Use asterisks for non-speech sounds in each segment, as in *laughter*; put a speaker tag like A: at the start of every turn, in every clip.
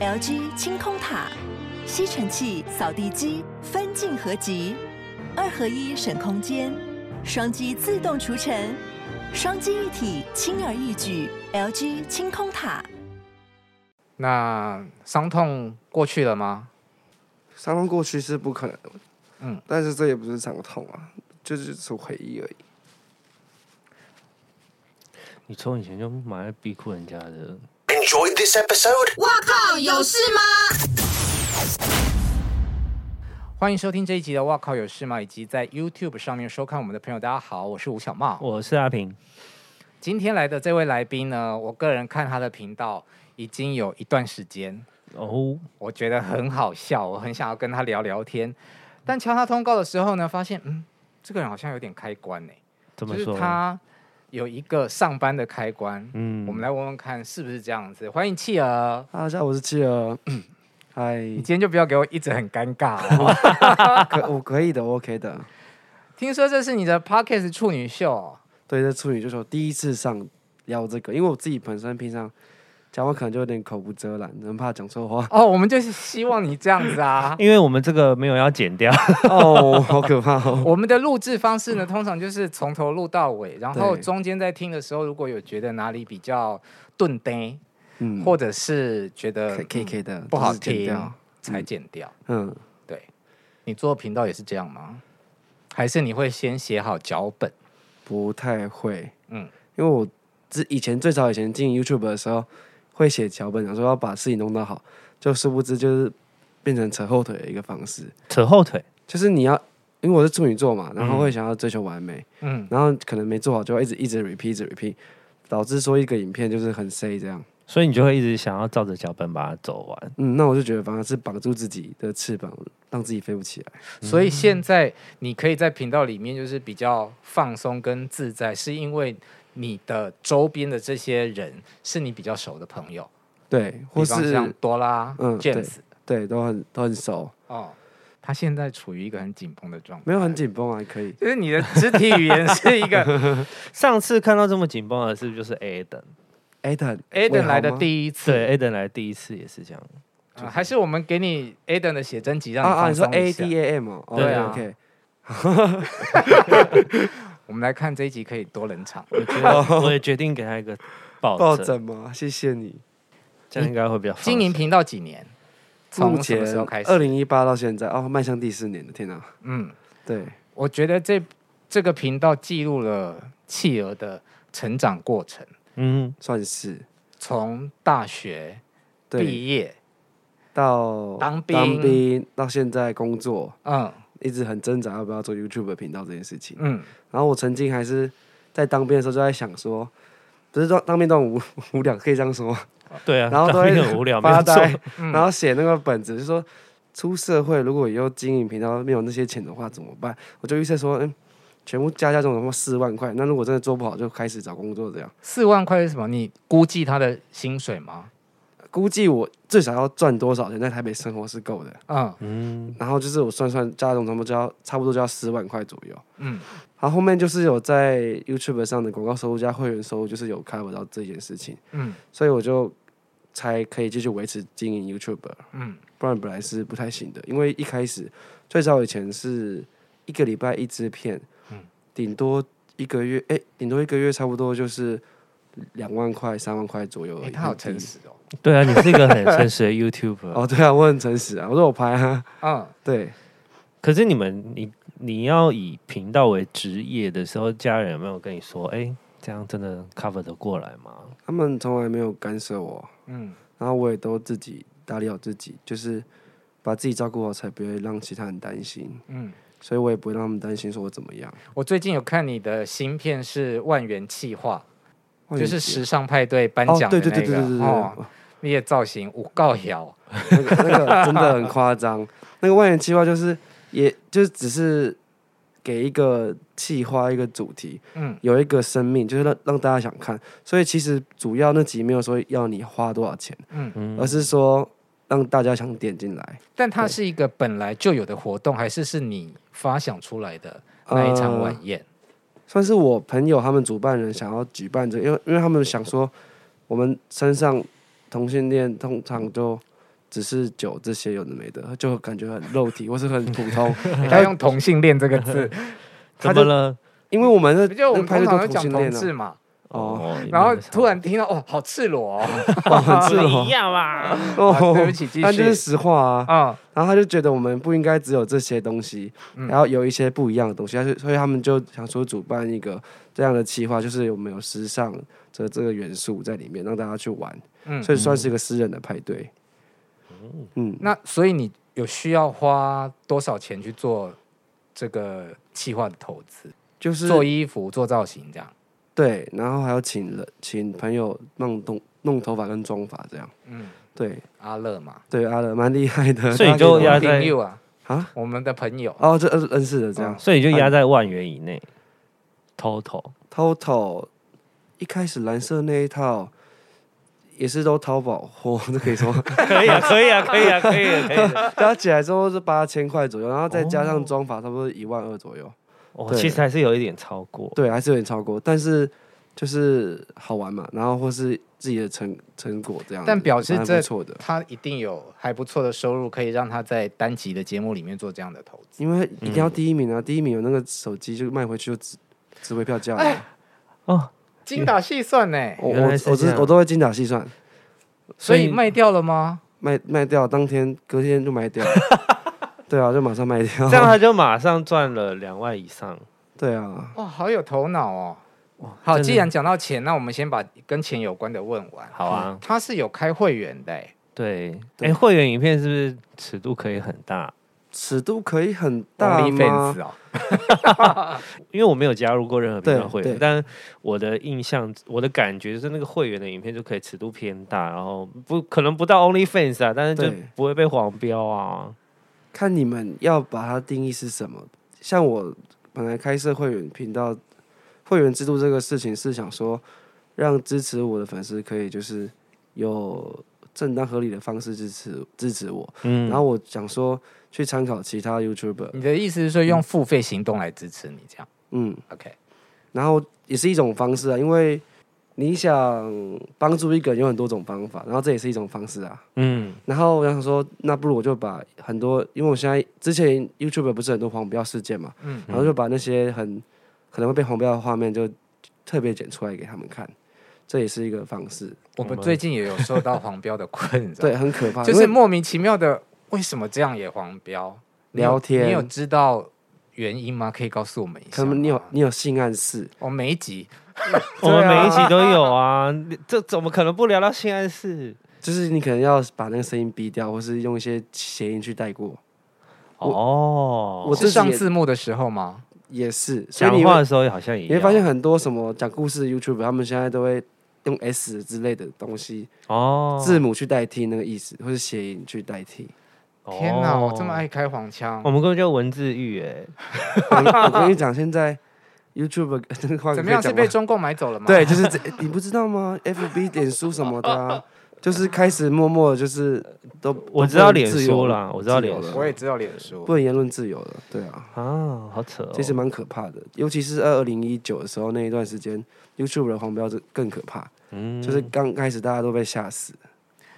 A: LG 清空塔、吸尘器、扫地机分镜合集，二合一省空间，双击自动除尘，双击一体轻而易举。LG 清空塔。
B: 那伤痛过去了吗？
C: 伤痛过去是不可能的，
B: 嗯，
C: 但是这也不是伤痛啊，就是是回忆而已。
D: 你从以前就蛮爱逼哭人家的，
E: Enjoyed this episode?
B: 欢迎收听这一集的《哇靠有事吗》，以及在 YouTube 上面收看我们的朋友，大家好，我是吴小茂。
D: 我是阿平，
B: 今天来的这位来宾呢，我个人看他的频道已经有一段时间，
D: 哦，
B: 我觉得很好笑，我很想要跟他聊聊天。但敲他通告的时候呢，发现嗯，这个人好像有点开关呢、
D: 怎么
B: 就是
D: 说？
B: 他有一个上班的开关。
D: 嗯。
B: 我们来问问看是不是这样子。欢迎企鹅，
C: 大家好，啊我是企 *laughs* 鹅。嗨，
B: 你今天就不要给我一直很尴尬、哦。
C: 可我可以的我，OK 的。
B: 听说这是你的 Pockets 处女秀哦、。
C: 对，这处女就说第一次上聊这个，因为我自己本身平常讲话可能就有点口无遮拦，很怕讲错 *laughs* 话
B: 哦，我们就是希望你这样子啊
C: *laughs*
D: 因为我们这个没有要剪掉，
C: 哦，好可怕哦！
B: 我们的录制方式呢，通常就是从头录到尾，然后
C: 对
B: 中间在听的时候，如果有觉得哪里比较顿呆，
C: 嗯，
B: 或者是觉得嗯
C: K K K 的
B: 不好
C: 就是剪
B: 听
C: 掉，
B: 才剪掉。
C: *laughs* 嗯，
B: 对，你做频道也是这样吗？还是你会先写好脚本？
C: 不太会，
B: 嗯
C: 嗯，因为我之以前最早以前进 YouTube 的时候会写脚本，想说要把事情弄得好，就殊不知就是变成扯后腿的一个方式，
D: 扯后腿，
C: 就是你要。因为我是处女座嘛，然后
D: 嗯
C: 会想要追求完美，
B: 嗯，
C: 然后可能没做好就会一直一直 repeat 一直 repeat，导致说一个影片就是很 say 这样。
D: 所以你就会一直想要照着脚本把它走完。
C: 嗯，那我就觉得反而是绑住自己的翅膀，让自己飞不起来。
B: 所以现在你可以在频道里面就是比较放松跟自在，是因为你的周边的这些人是你比较熟的朋友，
C: 对，或
B: 比方像
C: 是
B: 多拉、
C: 嗯对
B: James
C: 对，都很都很熟，
B: 哦，他现在处于一个很紧绷的状态，
C: 没有很，紧绷啊，可以。
B: 就是你的肢体语言是一
C: *laughs*
B: 个
D: 上次看到这么紧绷的是不是就是 Aden？
C: Aden
B: Aden 来的
C: 一
B: 第一次，
D: 对，Aden 来第一次也是
C: *laughs*
D: 这样。
B: 呃还是我们给你 Aden 的写真集，让
C: 啊啊，
B: 你放松
C: 你说
B: 一
C: A
B: 下。
C: D A M 哦，哦
B: 对啊
C: ，OK，
B: 我们来看这一集可以多冷场。
D: 我觉得我也决定给他一个抱
C: 抱
D: 枕，
C: 枕吗？谢谢你。
D: 这样应该会比较放
B: 经营
D: 心
B: 频道几年？
C: 目
B: 从什
C: 前
B: 么时候开始？
C: 二零一八到现在，哦，迈向第四年了，天哪！
B: 嗯，
C: 对，
B: 我觉得这这个频道记录了企鹅的成长过程，
D: 嗯，
C: 算是
B: 从大学
C: 对
B: 毕业，
C: 到
B: 当兵
C: 当兵到现在工作，
B: 嗯
C: 一直很挣扎要不要做 YouTube 频道这件事情。
B: 嗯，
C: 然后我曾经还是在当兵的时候就在想说，不是当当兵都很无 *laughs* 无聊，可以这样说吗？
D: 对啊，
C: 然后都
D: 当
C: 会
D: 兵很无聊，没
C: 发
D: 有错，
C: 呆，
B: 嗯
C: 然后写那个本子，就说出社会如果以后经营频道没有那些钱的话怎么办？我就预测说，嗯，全部加加总总四万块，那如果真的做不好，就开始找工作这样。
B: 四万块是什么？你估计他的薪水吗？
C: 估计我最少要赚多少钱在台北生活是够的，
B: 嗯
D: 嗯，
C: 然后就是我算算加总总共就要差不多就要四万块左右。
B: 嗯，
C: 然后后面就是有在 YouTube 上的广告收入加会员收入，就是有 cover 到这件事情。
B: 嗯
C: 所以我就才可以继续维持经营 YouTube，
B: 嗯
C: 不然本来是不太行的。因为一开始最早以前是一个礼拜一支片，
B: 嗯
C: 顶多一个月，哎、顶多一个月差不多就是两万块、三万块左右而已。
B: 诶他好
C: 很低
B: 诚。实哦。
D: 对啊，你是一个很诚实的 YouTuber，
C: 哦，对啊，我很诚实啊，我说我拍啊，
B: 嗯，
C: 对，
D: 可是你们，你你要以频道为职业的时候，家人有没有跟你说，哎、这样真的 cover 得过来吗？
C: 他们从来没有干涉我，
B: 嗯，
C: 然后我也都自己打理好自己，就是把自己照顾好，才不会让其他人担心。
B: 嗯，
C: 所以我也不会让他们担心说我怎么样。
B: 我最近有看你的新片是万元企划，就
C: 万元
B: 是
C: 节
B: 时尚派对颁
C: 哦，
B: 奖的
C: 对
B: 那个
C: 对对对对对对，
B: 哦你的造型五告摇，
C: 那个那个真的很夸
B: *laughs*
C: 张。那个万元计划就是，也就只是给一个计划一个主题，
B: 嗯
C: 有一个生命，就是让让大家想看。所以其实主要那集没有说要你花多少钱，
B: 嗯，
D: 嗯，
C: 而是说让大家想点进来。
B: 但它是一个本来就有的活动，还是是你发想出来的那一场晚宴？
C: 算是我朋友他们主办人想要举办这个，因为因为他们想说，我们身上同性恋通常就只是酒这些有的没的，就感觉很肉体或是很普
B: *laughs*
C: 通。
B: 要用同性恋这个字，
C: 他
D: 怎么
C: 就
D: 了？
C: 因为我们的
B: 不就我
C: 呃那
B: 们
C: 个
B: 通常都
C: 派对都同
B: 讲
C: 性
B: 同
C: 恋啊
B: 志嘛，
C: 哦，
B: 然后突然听到哦，好赤裸哦，
C: *laughs* 哇，很赤
D: 不
C: 裸
D: 一样嘛，
B: 啊
C: 哦，
B: 对不起继
C: 但就
B: 续
C: 是实话啊。
B: 啊，
C: 然后他就觉得我们不应该只有这些东西，
B: 嗯
C: 然后有一些不一样的东西，他就所以他们就想说主办一个这样的企划，就是我们有时尚的这个元素在里面，让大家去玩，
B: 嗯，
C: 所以算是一个私人的派对。嗯，
B: 那所以你有需要花多少钱去做这个企划的投资？
C: 就是
B: 做衣服、做造型这样？
C: 对，然后还要请人请朋友弄头弄头发跟妆发这样。
B: 嗯，
C: 对
B: 阿乐嘛，
C: 对，阿乐蛮厉害的，
D: 所以
C: 大家可
D: 就
C: 玩
D: 要在
B: 朋友啊，
C: 啊，
B: 我们的朋友，
C: 哦，这呃认识的这样。
D: 所以就压在万元以内，total。
C: Total 一开始蓝色那一套也是都淘宝 *laughs* 货，这可以
D: *laughs*
C: 说吗。
D: 可以啊，可以啊，可以啊，可以啊，可以啊。 *laughs*
C: 加起来之后是八千块左右，然后再加
D: 哦
C: 上妆法，差不多一万二左右。
D: 我
C: 对
D: 哦其实还是有一点超过，
C: 对，还是有点超过，但是就是好玩嘛，然后或是自己的成成果这样子，
B: 但表示
C: 蛮
B: 这
C: 不错的，
B: 他一定有还不错的收入，可以让他在单集的节目里面做这样的投资。
C: 因为一定要第一名
D: 嗯
C: 啊，第一名有那个手机就卖回去就值值回票价了。
D: 哦，
B: 精打细算呢，
C: 我
D: 原
C: 我
D: 来是
C: 我
D: 这
C: 是
D: 样
C: 我都会精打细算，
B: 所
D: 哦所
B: 以
D: 以
B: 卖掉了吗？
C: 卖卖掉当天隔天就卖
D: *laughs*
C: 掉，对啊，就马上卖掉。
D: 这样他就马上赚了两万以上。
C: 对啊，
B: 哇，好有头脑哦！好，
D: 真的
B: 既然讲到钱，那我们先把跟钱有关的问完。
D: 好啊，哦
B: 他是有开会员的欸，
D: 对，
C: 对
D: 哎，会员影片是不是尺度可以很大？
C: 尺度可以很大
B: only
C: 吗
B: fans？哦，
D: 因为我没有加入过任何频道
C: 对
D: 会员
C: 对，
D: 但我的印象、我的感觉就是那个会员的影片就可以尺度偏大，然后不可能不到 OnlyFans 啊，但是就
C: 对
D: 不会被黄标啊。
C: 看你们要把它定义是什么。像我本来开设会员频道，会员制度这个事情是想说，让支持我的粉丝可以就是有正当合理的方式支持支持我。
D: 嗯，
C: 然后我想说去参考其他 YouTuber，
B: 你的意思是说
D: 嗯
B: 用付费行动来支持你这样
C: 嗯，
B: ？OK，
C: 然后也是一种方式啊，因为你想帮助一个人有很多种方法，然后这也是一种方式啊。
D: 嗯，
C: 然后我想说，那不如我就把很多，因为我现在之前 YouTube 不是很多黄标事件嘛，
B: 嗯
C: 然后就把那些很可能会被黄标的画面就特别剪出来给他们看，这也是一个方式，
B: 我
D: 我
B: 们
D: 们
B: 最近也有受到黄标的
D: *laughs*
B: 困扰，
C: 对，很可怕，
B: 就是
C: 因为
B: 莫名其妙的，为什么这样也黄标？你有
C: 聊天
B: 你有知道原因吗？可以告诉我们一下
C: 可
B: 吗。
C: 能你有你有性暗示，
B: 我每一集
D: 我们每一集都有啊， *laughs* 你这怎么可能不聊到性暗示？
C: 就是你可能要把那个声音逼掉，或是用一些谐音去带过，我
D: 哦，
C: 我自
B: 是
C: 己
B: 上
C: 也
B: 字幕的时候吗？
C: 也是，所以
D: 讲
C: 你
D: 话的
C: 会
D: 时候好像也
C: 你会发
D: 要
C: 现很多什么讲故事的 YouTube，他们现在都会用 S 之类的东西
D: 哦，
C: 字母去代替那个意思，或是谐音去代替。
B: 天哪，
D: 哦
B: 我这么爱开黄腔
C: 哦
D: 我，们根本就文字狱哎，
C: 我跟你讲，现在 YouTube 这个话
B: 怎么
C: 可以
B: 样？是
C: 讲
B: 被
C: 吗？
B: 中共买走了吗？
C: 对，就是这，你不知道吗？FB 脸书什么的、啊，就是开始默默地就是都
D: 我知道脸书啦，我知道脸
C: 自由
D: 书
B: 哦我也知道脸书
C: 不。能言论自由了，对啊，
D: 啊，好扯哦，
C: 其实蛮可怕的，尤其是二零一九的时候那一段时间，YouTube 的黄标这更可怕，
D: 嗯
C: 就是刚开始大家都被吓死，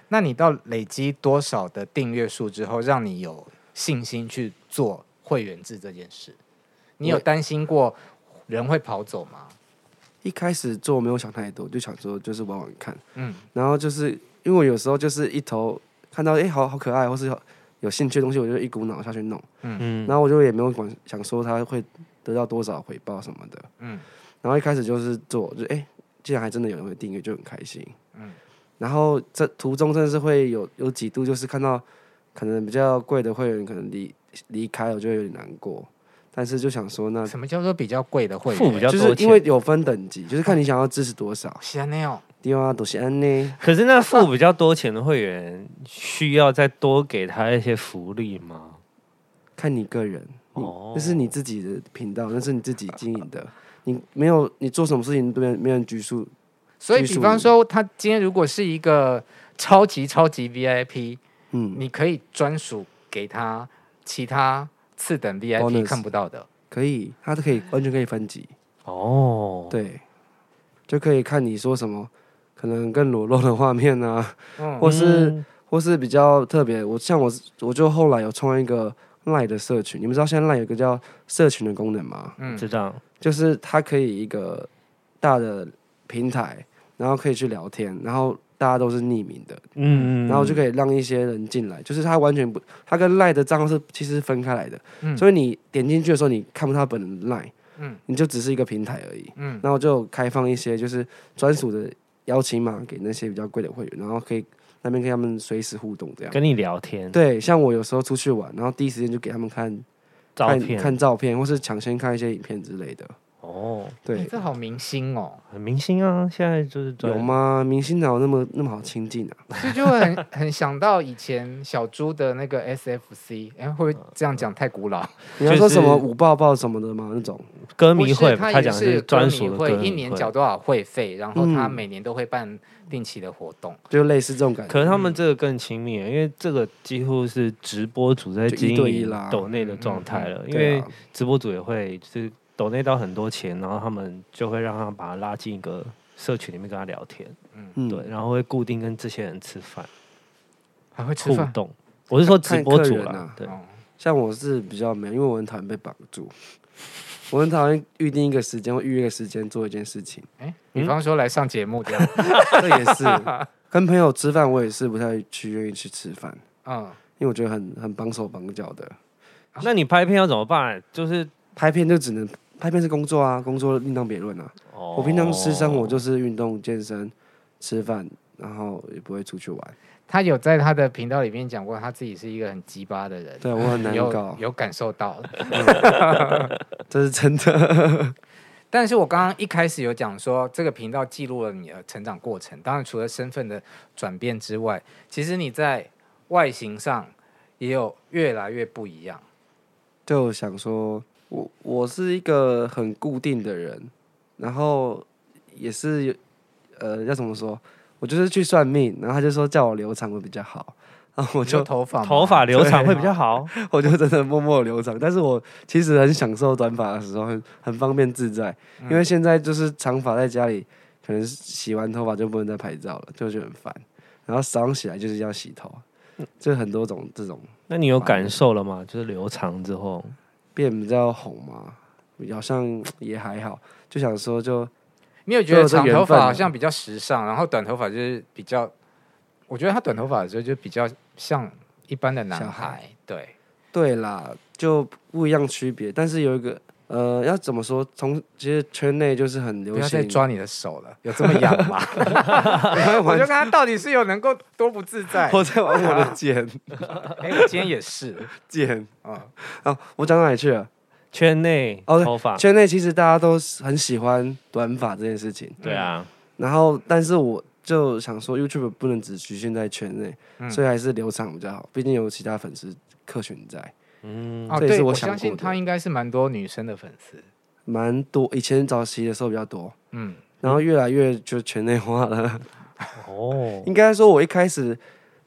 B: 那你到累积多少的订阅数之后，让你有信心去做会员制这件事？你有
C: 我
B: 担心过人会跑走吗？
C: 一开始做没有想太多，就想说就是玩玩看，
B: 嗯，
C: 然后就是因为我有时候就是一头看到哎、诶好好可爱，或是有有兴趣的东西，我就一股脑下去弄。
D: 嗯
C: 然后我就也没有管想说他会得到多少回报什么的，
B: 嗯
C: 嗯，然后一开始就是做，就哎、诶竟然还真的有人会订阅，就很开心，
B: 嗯
C: 嗯，然后这途中真的是会有有几度就是看到可能比较贵的会员可能离离开，我就会有点难过，但是就想说那
B: 什么叫做比较贵的会
D: 付
B: 员？
D: 比较
C: 就
D: 多
C: 是
D: 钱，
C: 因为有分等级，就是看你想要支持多少，
B: 是啊那样
C: 对啊，都是安呢，
D: *laughs* 可是那付比较多钱的会员，需要再多给他一些福利吗？
C: 看你个人，你
D: 哦
C: 那是你自己的频道，那是你自己经营的。你没有，你做什么事情都没有没有人拘束，
B: 所以，
C: 拘
B: 比
C: 束
B: 方
C: 你
B: 说，他今天如果是一个超级超级 VIP，
C: 嗯，
B: 你可以专属给他其他次等 VIP
C: Bonus
B: 看不到的。
C: 可以，它都可以完全可以分级，
D: 哦，
C: 对，就可以看你说什么，可能更裸露的画面啊，
B: *laughs* 嗯，
C: 或是、
D: 嗯
C: 或是比较特别，我像我我就后来有创一个赖的社群，你们知道现在赖有个叫社群的功能吗？
B: 嗯
D: 知道
C: 就是它可以一个大的平台，然后可以去聊天，然后大家都是匿名的，
D: 嗯，
C: 然后就
D: 以
C: 可以让一些人进来，就是他完全不，他跟赖的账号是其实分开来的，
B: 嗯
C: 所以你点进去的时候，你看不到他本人赖，
B: 嗯
C: 你就只是一个平台而已。
B: 嗯
C: 然后就开放一些就是专属的邀请码给那些比较贵的会员，然后可以那边跟他们随时互动这样。
D: 跟你聊天，，
C: 对，像我有时候出去玩，然后第一时间就给他们看
D: 照片
C: 看看照片，或是抢先看一些影片之类的。
D: 哦，
B: 哎
C: 对，
B: 这好明星哦，
D: 很明星啊，现在就是
C: 有？吗？明星哪有那么那么好亲近啊？
B: 这就很很想到以前小猪的那个 SFC，哎，会不会这样讲太古老？
C: 你要说什么
D: 就是
C: 五抱抱什么的吗？那种
D: 歌迷
B: 不
D: 会，
B: 是他
D: 他
B: 也
D: 讲的是
B: 歌迷
D: 专属的
B: 会
D: 歌，迷
B: 一年
D: 会
B: 缴多少会费，然后他
C: 嗯
B: 每年都会办定期的活动。
C: 就类似这种感觉。
D: 可是他们这个更亲密，啊因为这个几乎是直播组在
C: 就一
D: 经
C: 对一
D: 营
C: 啦
D: 抖内的状态
B: 嗯
D: 了，因
C: 对
D: 为
C: 啊
D: 直播组也会就是抖内到很多钱，然后他们就会让他把他拉进一个社群里面跟他聊天，
C: 嗯
D: 对，然后会固定跟这些人吃饭嗯
B: 还会吃
D: 互
B: 饭，
D: 动。我是说
C: 看
D: 直播
C: 客
D: 组
C: 人
D: 啦，
C: 啊
D: 对，
B: 哦
C: 像我是比较没有，因为我很讨厌被绑住，我很讨厌预定一个时间或预约一个时间做一件事情。
B: 哎，
D: 嗯
B: 比方说来上节目
D: *laughs*
B: 这样，
C: 这也
B: *laughs*
C: 是跟朋友吃饭，我也是不太去愿意去吃饭，
B: 嗯，
C: 因为我觉得很很绑手绑脚的。
D: 那你拍片要怎么办？就是
C: 拍片就只能拍片是工作啊，工作另当别论啊。
D: 哦，
C: 我平常私生活就是运动、健身、吃饭，然后也不会出去玩。
B: 他有在他的频道里面讲过，他自己是一个很鸡巴的人，
C: 对我很难
B: 有
C: 搞，
B: 有感受到。
C: 这是真的。
B: 但是我刚刚一开始有讲说，这个频道记录了你的成长过程。当然，除了身份的转变之外，其实你在外形上也有越来越不一样。
C: 就想说，我我是一个很固定的人，然后也是有呃要怎么说，我就是去算命，然后他就说叫我留长会比较好，然后我
B: 我
C: 就
B: *laughs* 就头发吗，
D: 头发留长会比较
C: 啊
D: 好。
C: 我就真的默默留长，但是我其实很享受短发的时候，很很方便自在。因为现在就是长发在家里，可能洗完头发就不能再拍照了，就觉得很烦。然后早上起来就是要洗头，就很多种这种
D: 那你有感受了吗？就是留长之后，
C: 变比较红嘛，好像也还好，就想说就
B: *laughs* 你有觉得
C: 就有这
B: 长头
C: 缘分
B: 发
C: 啊
B: 好像比较时尚，然后短头发就是比较，我觉得他短头发的时候就比较像一般的男
C: 小
B: 孩
C: 孩，
B: 对，
C: 对啦，就不一样区别。但是有一个呃，要怎么说？从其实圈内就是很流
B: 不要再
C: 行， *laughs*
B: 抓你的手了，有这么痒吗？我就 *laughs*
C: 我
B: 看他到底是有能够多不自在。
C: 我在玩我的 *laughs* 剑
B: 哎，我今天也是，
C: 剑
B: 啊，
C: 啊！我讲哪里去了？
D: 圈内
C: 哦对
D: 头发，
C: 圈内其实大家都很喜欢短发这件事情，
D: 对啊，
C: 然后但是我就想说，YouTube 不能只局限在圈内，
B: 嗯
C: 所以还是留长比较好，毕竟有其他粉丝客群在，
D: 嗯，
B: 哦，
C: *laughs* 这也
B: 对，
C: 是我
B: 我
C: 想
B: 相信
C: 过的
B: 他应该是蛮多女生的粉丝。
C: 蛮多。以前早期的时候比较多，
B: 嗯，
C: 然后越来越就圈内化了。 *laughs*
D: 哦，
C: 应该说，我一开始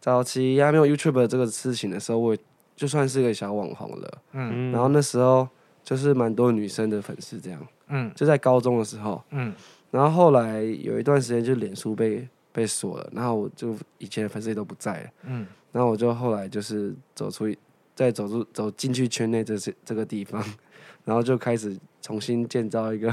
C: 早期还没有 YouTube 这个事情的时候，我就算是个小网红了。
D: 嗯
C: 然后那时候就是蛮多女生的粉丝，这样
B: 嗯
C: 就在高中的时候。
B: 嗯，
C: 然后后来有一段时间，就脸书被被锁了，然后我就以前的粉丝也都不在了，
B: 嗯，
C: 然后我就后来就是走出一，再走出走进去圈内这些这个地方，然后就开始重新建造一个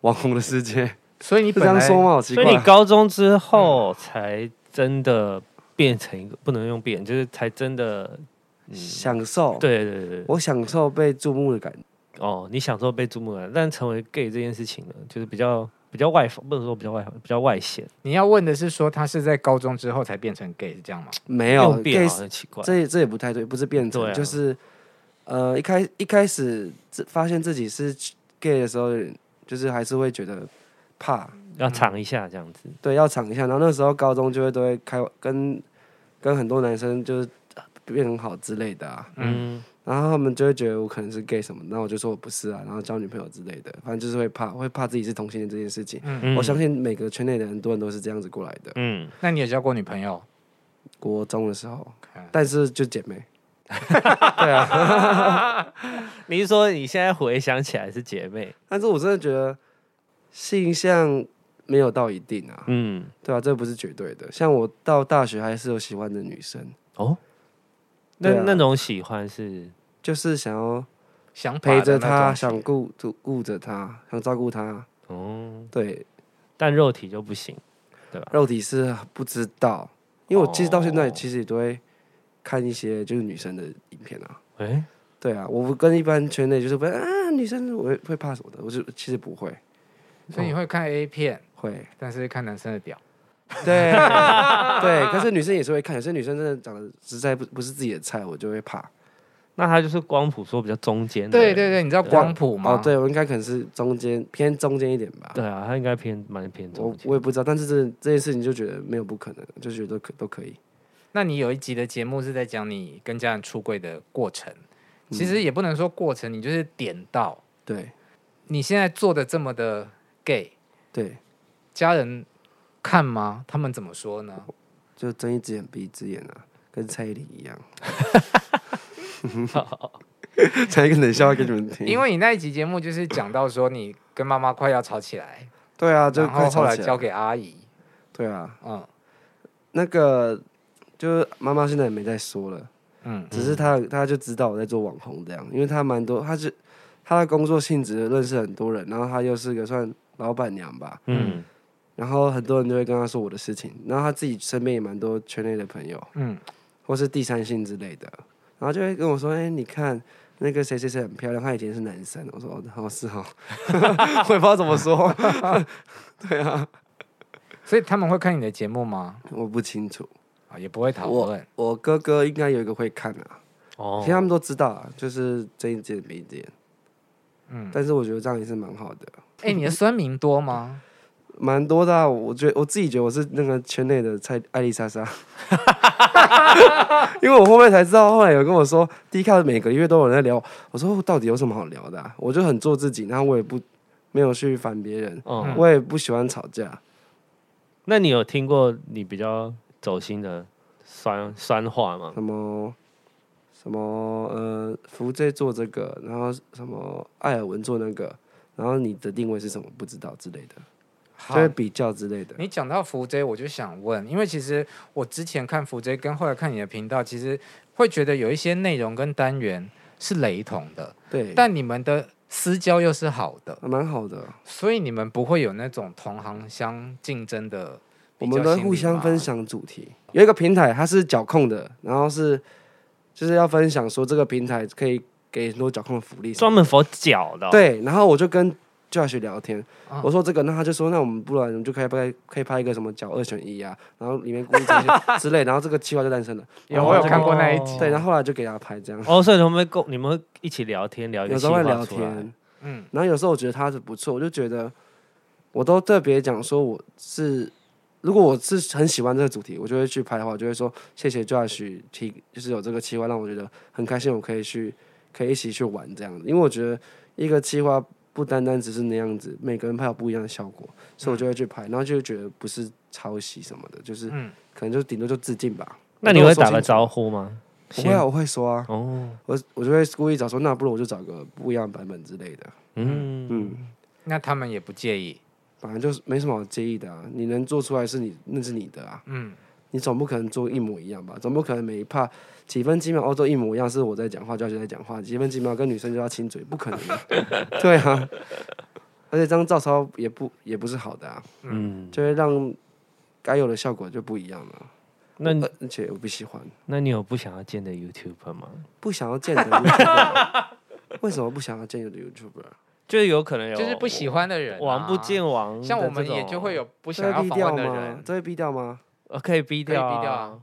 C: 网红的世界，
B: 所以你
C: 是
B: 本
C: 这
B: 来
C: 样说吗？好奇
D: 所
C: 怪，嗯
D: 以你高中之后才真的变成一个不能用变，就是才真的，
C: 嗯享受，
D: 对对对对，
C: 哦我享受被注目的感觉，
D: 哦，你享受被注目了，但成为 gay 这件事情呢，就是比较比较外放，不能说比较外放，比较外显，
B: 你要问的是说他是在高中之后才变成 gay 是这样吗？
C: 没有
D: 用变啊
C: gay
D: 好像奇怪，
C: 这也这也不太对，不是变成，
D: 对啊
C: 就是呃一开一开始自发现自己是 gay 的时候，就是还是会觉得怕。
D: 要尝一下这样子，
C: 对，要尝一下。然后那时候高中就会都会开跟跟很多男生就是变很好之类的啊，
D: 嗯，
C: 然后他们就会觉得我可能是 gay 什么，那我就说我不是啊，然后交女朋友之类的，反正就是会怕，会怕自己是同性恋这件事情。
D: 嗯
C: 我相，信每个圈内的很多人都是这样子过来的。
D: 嗯，
B: 那你有交过女朋友？
C: 国中的时候
B: 看，
C: 但是就姐妹，
D: 你是说你现在回想起来是姐妹，
C: 但是我真的觉得性向没有到一定啊，
D: 嗯，
C: 对啊，这不是绝对的。像我到大学还是有喜欢的女生，
D: 哦，那、
C: 对啊
D: 那种喜欢是
C: 就是想要
B: 想法的
C: 陪着
B: 那
C: 她，
B: 种
C: 想顾顾顾着她，想照顾她。
D: 哦，
C: 对，
D: 但肉体就不行，对吧？
C: 肉体是不知道，因为我其实到现在
D: 哦
C: 其实也都会看一些就是女生的影片啊。
D: 哎、
C: 对啊，我不跟一般圈内就是不会啊，女生我会会怕什么的，我就其实不会，嗯
B: 所以你会看 A 片， *laughs*
C: 会
B: 但是看男生的表。
C: 对对，可是女生也是会看，有些女生真的长得实在不不是自己的菜，我就会怕。
D: 那他就是光谱说比较中间的
B: 对
D: 人，
B: 对对，你知道光谱吗？
C: 哦，，对我应该可能是中间偏中间一点吧。
D: 对啊，他应该偏蛮偏中
C: 我
D: 间
C: 我也不知道，但是这这件事情就觉得没有不可能，就觉得都可都可以。
B: 那你有一集的节目是在讲你跟家人出柜的过程，
C: 嗯
B: 其实也不能说过程，你就是点到
C: 对
B: 你现在做的这么的 gay，
C: 对，
B: 家人看吗？他们怎么说呢？
C: 就睁一只眼闭一只眼啊，跟蔡依林一
B: *laughs*
C: 样。 *laughs* 讲一个冷笑话给你们听，
B: 因为你那一集节目就是讲到说你跟妈妈快要吵起来，
C: 对啊，就
B: 然后
C: 快
B: 后
C: 吵
B: 来
C: 起
B: 交
C: 来。
B: 给阿姨，
C: 对啊，
B: 嗯
C: 那个就是妈妈现在也没在说了，
B: 嗯，
C: 只是她她就知道我在做网红这样，因为她蛮多，她是她的工作性质认识很多人，然后她又是个算老板娘吧，
D: 嗯，
C: 然后很多人都会跟她说我的事情，然后她自己身边也蛮多圈内的朋友，
B: 嗯，
C: 或是第三性之类的，然后就会跟我说，哎、你看。那个谁谁谁很漂亮，她以前是男生。我说哦，好是哦， *laughs* 我也不知道怎么说， *laughs* 对啊，
B: 所以他们会看你的节目吗？
C: 我不清楚。
B: 啊，也不会讨
C: 我
B: 论。
C: 我哥哥应该有一个会看啊，
D: 哦
C: 其实他们都知道啊，就是睁一只眼闭一只眼。嗯，但是我觉得这样也是蛮好的，
B: 哎、你的酸民多
C: *laughs*
B: 吗？
C: 蛮多的啊、我觉得我自己觉得我是那个圈内的蔡艾丽莎
D: *laughs*
C: 莎，因为我后面才知道，后来有跟我说，第一看每个月都有人在聊，我说到底有什么好聊的、啊？我就很做自己，然后我也不没有去烦别人，
D: 嗯
C: 我也不喜欢吵架。
D: 那你有听过你比较走心的酸酸话吗？
C: 什么什么呃，福 J 做这个，然后什么艾尔文做那个，然后你的定位是什么不知道之类的，
B: 好
C: 就会比较之类的。
B: 你讲到福 J，我就想问，因为其实我之前看福 J 跟后来看你的频道，其实会觉得有一些内容跟单元是雷同的，
C: 对，
B: 但你们的私交又是好的，
C: 蛮好的，
B: 所以你们不会有那种同行相竞争的。
C: 我们都会互相分。享主题。有一个平台它是脚控的，然后是就是要分享说这个平台可以给很多脚控的福利什么的。
D: 专门否脚的哦、
C: 对，然后我就跟 Josh 聊天，
B: 啊
C: 我说这个，那他就说，那我们不然我们就可以拍可以拍一个什么脚二选一啊，然后里面故意这
B: *laughs*
C: 些之类，然后这个计划就诞生了。
B: 有，我有
D: 哦
B: 看过那一集。
C: 对，然后后来就给他拍这样，
D: 哦，所以你们会共你们会一起聊天，聊一个
C: 有时候会
D: 计划
C: 聊
D: 出来
C: 天，
B: 嗯，
C: 然后有时候我觉得他是不错，我就觉得我都特别讲说我是，如果我是很喜欢这个主题，我就会去拍的话，我就会说谢谢 Josh 提，就是有这个计划让我觉得很开心，我可以去可以一起去玩这样子，因为我觉得一个计划不单单只是那样子，每个人拍有不一样的效果，
D: 嗯
C: 所以我就会去拍，然后就会觉得不是抄袭什么的，就是
B: 嗯
C: 可能就顶多就致敬吧。
D: 那你会打
C: 我
D: 个
C: 都
D: 招呼吗？
C: 说清楚？我会啊，我会说啊，
D: 哦，
C: 我我就会故意找说，那不如我就找个不一样的版本之类的。
D: 嗯
C: 嗯，
B: 那他们也不介意。
C: 本来就是没什么好介意的啊，你能做出来是你那是你的啊，
B: 嗯，
C: 你总不可能做一模一样吧？总不可能每一趴几分几秒哦都一模一样，是我在讲话，教学在讲话，几分几秒跟女生就要亲嘴，不可能的、对啊，而且这样照抄也不也不是好的啊，
D: 嗯，
C: 就会让该有的效果就不一样了。
D: 那你
C: 呃而且我不喜欢，
D: 那你有不想要见的 YouTuber 吗？
C: 不想要见的 YouTuber，为什么不想要见的 YouTuber？
D: 就是有可能有，
B: 就是不喜欢的人、啊，
D: 王不见王，
B: 像我们也就会有不想
C: 这
B: 要
C: 会逼
B: 访
C: 掉
B: 问的
C: 吗
B: 人？。
C: 这会逼掉吗？
D: 呃可以逼
B: 可以
D: 掉，
B: 逼掉啊。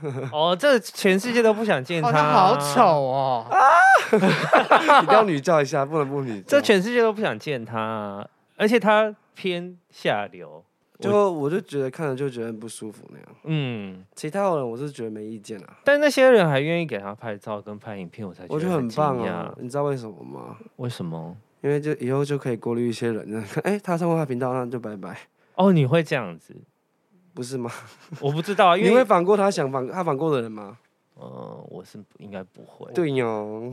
D: *laughs* 哦，这全世界都不想见
B: 哦，
D: 他，啊
B: 他 *laughs* 好丑，哦。
C: 啊一定要女教一下，不能不女教。
D: 这全世界都不想见他，啊而且他偏下流，
C: 就我就觉得看了就觉得很不舒服那样。
D: 嗯，
C: 其他人我是觉得没意见啊，
D: 但那些人还愿意给他拍照跟拍影片，我才
C: 我
D: 觉
C: 觉得很棒
D: 惊
C: 啊
D: 讶。。
C: 你知道为什么吗？
D: 为什么？
C: 因为就以后就可以过滤一些人，看哎、他上过他频道，那就拜拜，
D: 哦，你会这样子？
C: 不是吗？
D: 我不知道啊，
C: *laughs*
D: 因
C: 你会
D: 为
C: 访过他想访他访过的人吗？
D: 呃，我是不应该不会。
C: 对哟，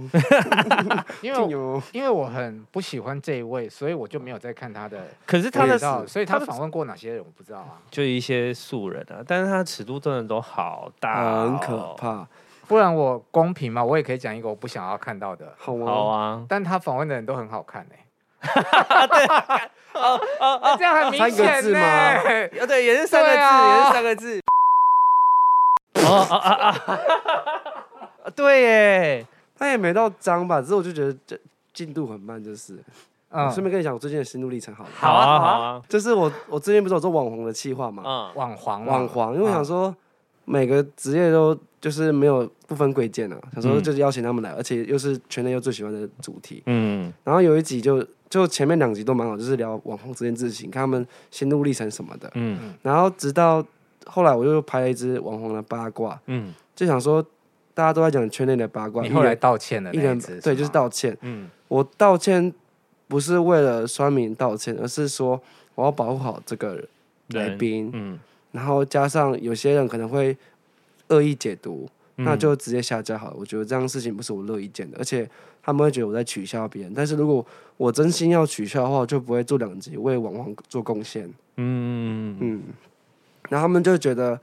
B: 因
C: 对
B: 为
C: 哟，
B: 因为我很不喜欢这一位，所以我就没有再看他的
D: 可是他
B: 频
D: 的
B: 道，所以
D: 他
B: 他
D: 的
B: 访问过哪些人我不知道啊，
D: 就一些素人啊，但是他尺度真的都好大、哦
C: 很可。怕，
B: 不然我公平嘛，我也可以讲一个我不想要看到的，
C: 好吗？
D: 好啊，
B: 但他访问的人都很好看
C: *laughs*
B: 哎、
C: 哦
B: 对，这样很明
C: 三个
B: 显欸
C: 字
B: 呢、
C: 吗
D: 啊对，也是
B: 三个字也是三
D: 个字。哦啊啊啊！对耶，
C: 他也没到脏吧，只是我就觉得这进度很慢，就是。我顺
B: 嗯，
C: 便跟你讲我最近的心路历程好了，
D: 好啊好啊，
C: 就是我我最近不是有做网红的计划嘛，
D: 嗯，
B: 网黄嗯
C: 网黄，因为我想说每个职业都就是没有不分贵贱啊，想说
D: 嗯
C: 就是邀请他们来，而且又是圈内又最喜欢的主题。
D: 嗯，
C: 然后有一集就就前面两集都蛮好，就是聊网红这件事情，看他们心路历程什么的。
D: 嗯
C: 然后直到后来我又拍了一支网红的八卦，
D: 嗯
C: 就想说大家都在讲圈内的八卦，
B: 你
C: 一
B: 后来
C: 人
B: 道歉的
C: 一
B: 那
C: 人
B: 一次，
C: 对就是
B: 吗，
C: 道歉。
D: 嗯
C: 我道歉不是为了酸民道歉，而是说我要保护好这个来
D: 人
C: 宾。
D: 嗯，
C: 然后加上有些人可能会恶意解读，
D: 嗯
C: 那就直接下架好了。我觉得这样的事情不是我乐意见的，而且他们会觉得我在取笑别人。但是如果我真心要取笑的话，我就不会做两集为网红做贡献。
D: 嗯嗯
C: 嗯，然后他们就觉得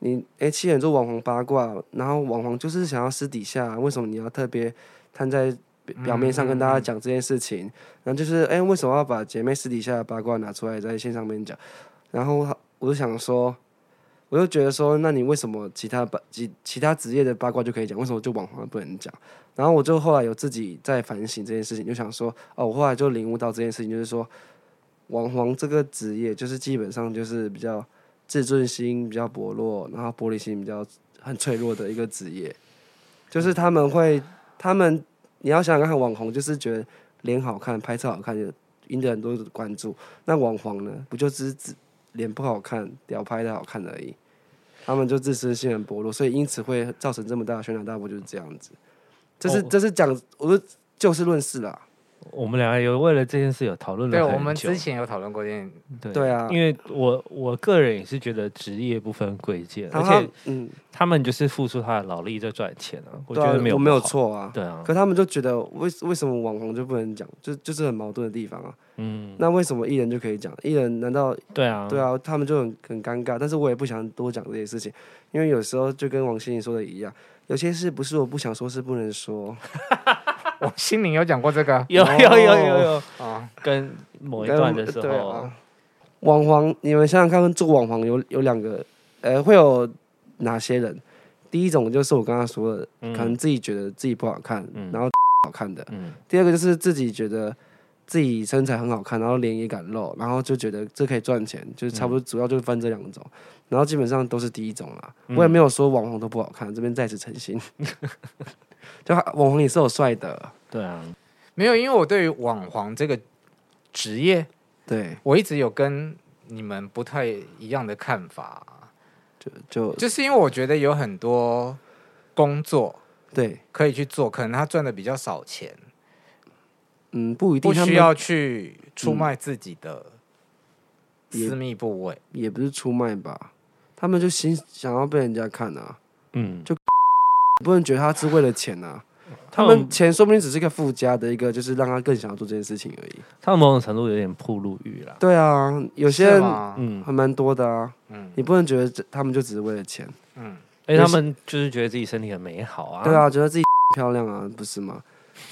C: 你哎，七人做网红八卦，然后网红就是想要私底下，为什么你要特别摊在表面上跟大家讲这件事情？然后就是哎，为什么要把姐妹私底下的八卦拿出来在线上面讲？然后我就想说。我就觉得说，那你为什么其他八其其他职业的八卦就可以讲，为什么就网红不能讲？然后我就后来有自己在反省这件事情，就想说，哦，我后来就领悟到这件事情，就是说，网红这个职业，就是基本上就是比较自尊心比较薄弱，然后玻璃心比较很脆弱的一个职业，就是他们会，他们你要想想看，网红就是觉得脸好看，拍照好看，就赢得很多的关注。那网黄呢，不就只是只脸不好看，屌拍的好看而已。他们就自尊心很薄弱，所以因此会造成这么大的宣传大波，就是这样子。这是、
D: 哦
C: 这是讲，我就就事论事啦。
D: 我们俩有为了这件事有讨论了
B: 对
D: 很久。
B: 我们之前有讨论过这件，
D: 对
C: 对啊
D: 因为我我个人也是觉得职业不分贵贱，啊而
C: 然后他
D: 且
C: 嗯，
D: 他们就是付出他的劳力在赚钱啊，我
C: 对
D: 觉
C: 啊
D: 得没有
C: 我没有
D: 不好，
C: 错啊。
D: 对啊，
C: 可他们就觉得为为什么网红就不能讲，就就是很矛盾的地方啊。
D: 嗯，
C: 那为什么艺人就可以讲？艺人难道
D: 对啊，
C: 对，啊？他们就很很尴尬。但是我也不想多讲这些事情，因为有时候就跟王心凌说的一样，有些事不是我不想说，是不能说。
B: 我心里有讲过这个
D: 有有有有有，
B: 啊，
D: 跟某一
C: 哦跟
D: 段的时
C: 对
D: 候，
C: 啊网黄，你们想想看，做网黄有有两个，呃，会有哪些人？第一种就是我刚刚说的，
D: 嗯
C: 可能自己觉得自己不好看，
D: 嗯
C: 然后 *laughs* 好看的。
D: 嗯
C: 第二个就是自己觉得自己身材很好看，然后脸也敢露，然后就觉得这可以赚钱，就是差不多主要就是分这两种，然后基本上都是第一种啦。
B: 嗯
C: 我也没有说网红都不好看，这边再次澄清， *laughs* 就网红也是有帅的，
D: 对啊，
B: 没有，因为我对于网黄这个职业，
C: 对，
B: 我一直有跟你们不太一样的看法，
C: 就就
B: 就是因为我觉得有很多工作
C: 对，
B: 可以去做，可能他赚的比较少钱，
C: 嗯，不一定
B: 不
C: 他
B: 需
C: 们
B: 要去出卖自己的
C: 也
B: 私密部位。
C: 也不是出卖吧，他们就心想要被人家看啊，
D: 嗯，
C: 不能觉得他是为了钱啊。
D: 他
C: 他
D: 们
C: 们钱说不定只是一个附加的一个，就是让他更想要做这件事情而已。
D: 他们某种程度有点铺路欲啦，
C: 对啊，有些
B: 是
C: 人
B: 吗
D: 嗯，
C: 还蛮多的啊。
B: 嗯
C: 你不能觉得这他们就只是为了钱，
B: 嗯，
D: 而且他们就是觉得自己身体很美好啊， *laughs*
C: 对，啊， *laughs* 觉得自己漂亮啊，不是吗？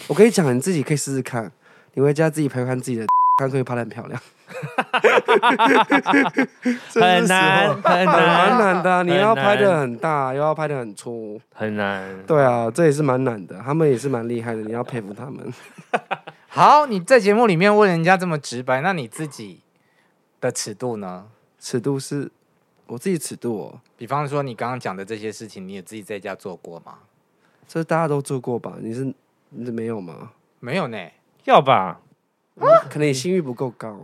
C: 我跟你讲，你自己可以试试看，你回家自己拍看自己的， *laughs* 看可以拍的很漂亮。这是
D: 很
C: 时候 *laughs*
D: 难很
C: *laughs* 蛮难
D: 难
C: 的 *laughs* 啊，你要
D: 很
C: 拍的
D: 难
C: 很大，又要拍的很粗， *laughs*
D: 很难，
C: 对啊，这也是蛮难的，他们也是蛮厉害的，你要佩服他们。 *laughs*
B: 好，你在节目里面问人家这么直白，那你自己的尺度呢？
C: 尺度是我自己尺度哦，
B: 比方说你刚刚讲的这些事情，你也自己在家做过吗？
C: 这大家都做过吧？你是你是没有 *laughs* 吗？
B: 没有呢，
C: *laughs*
D: 要吧？
C: 可能你性欲不够高，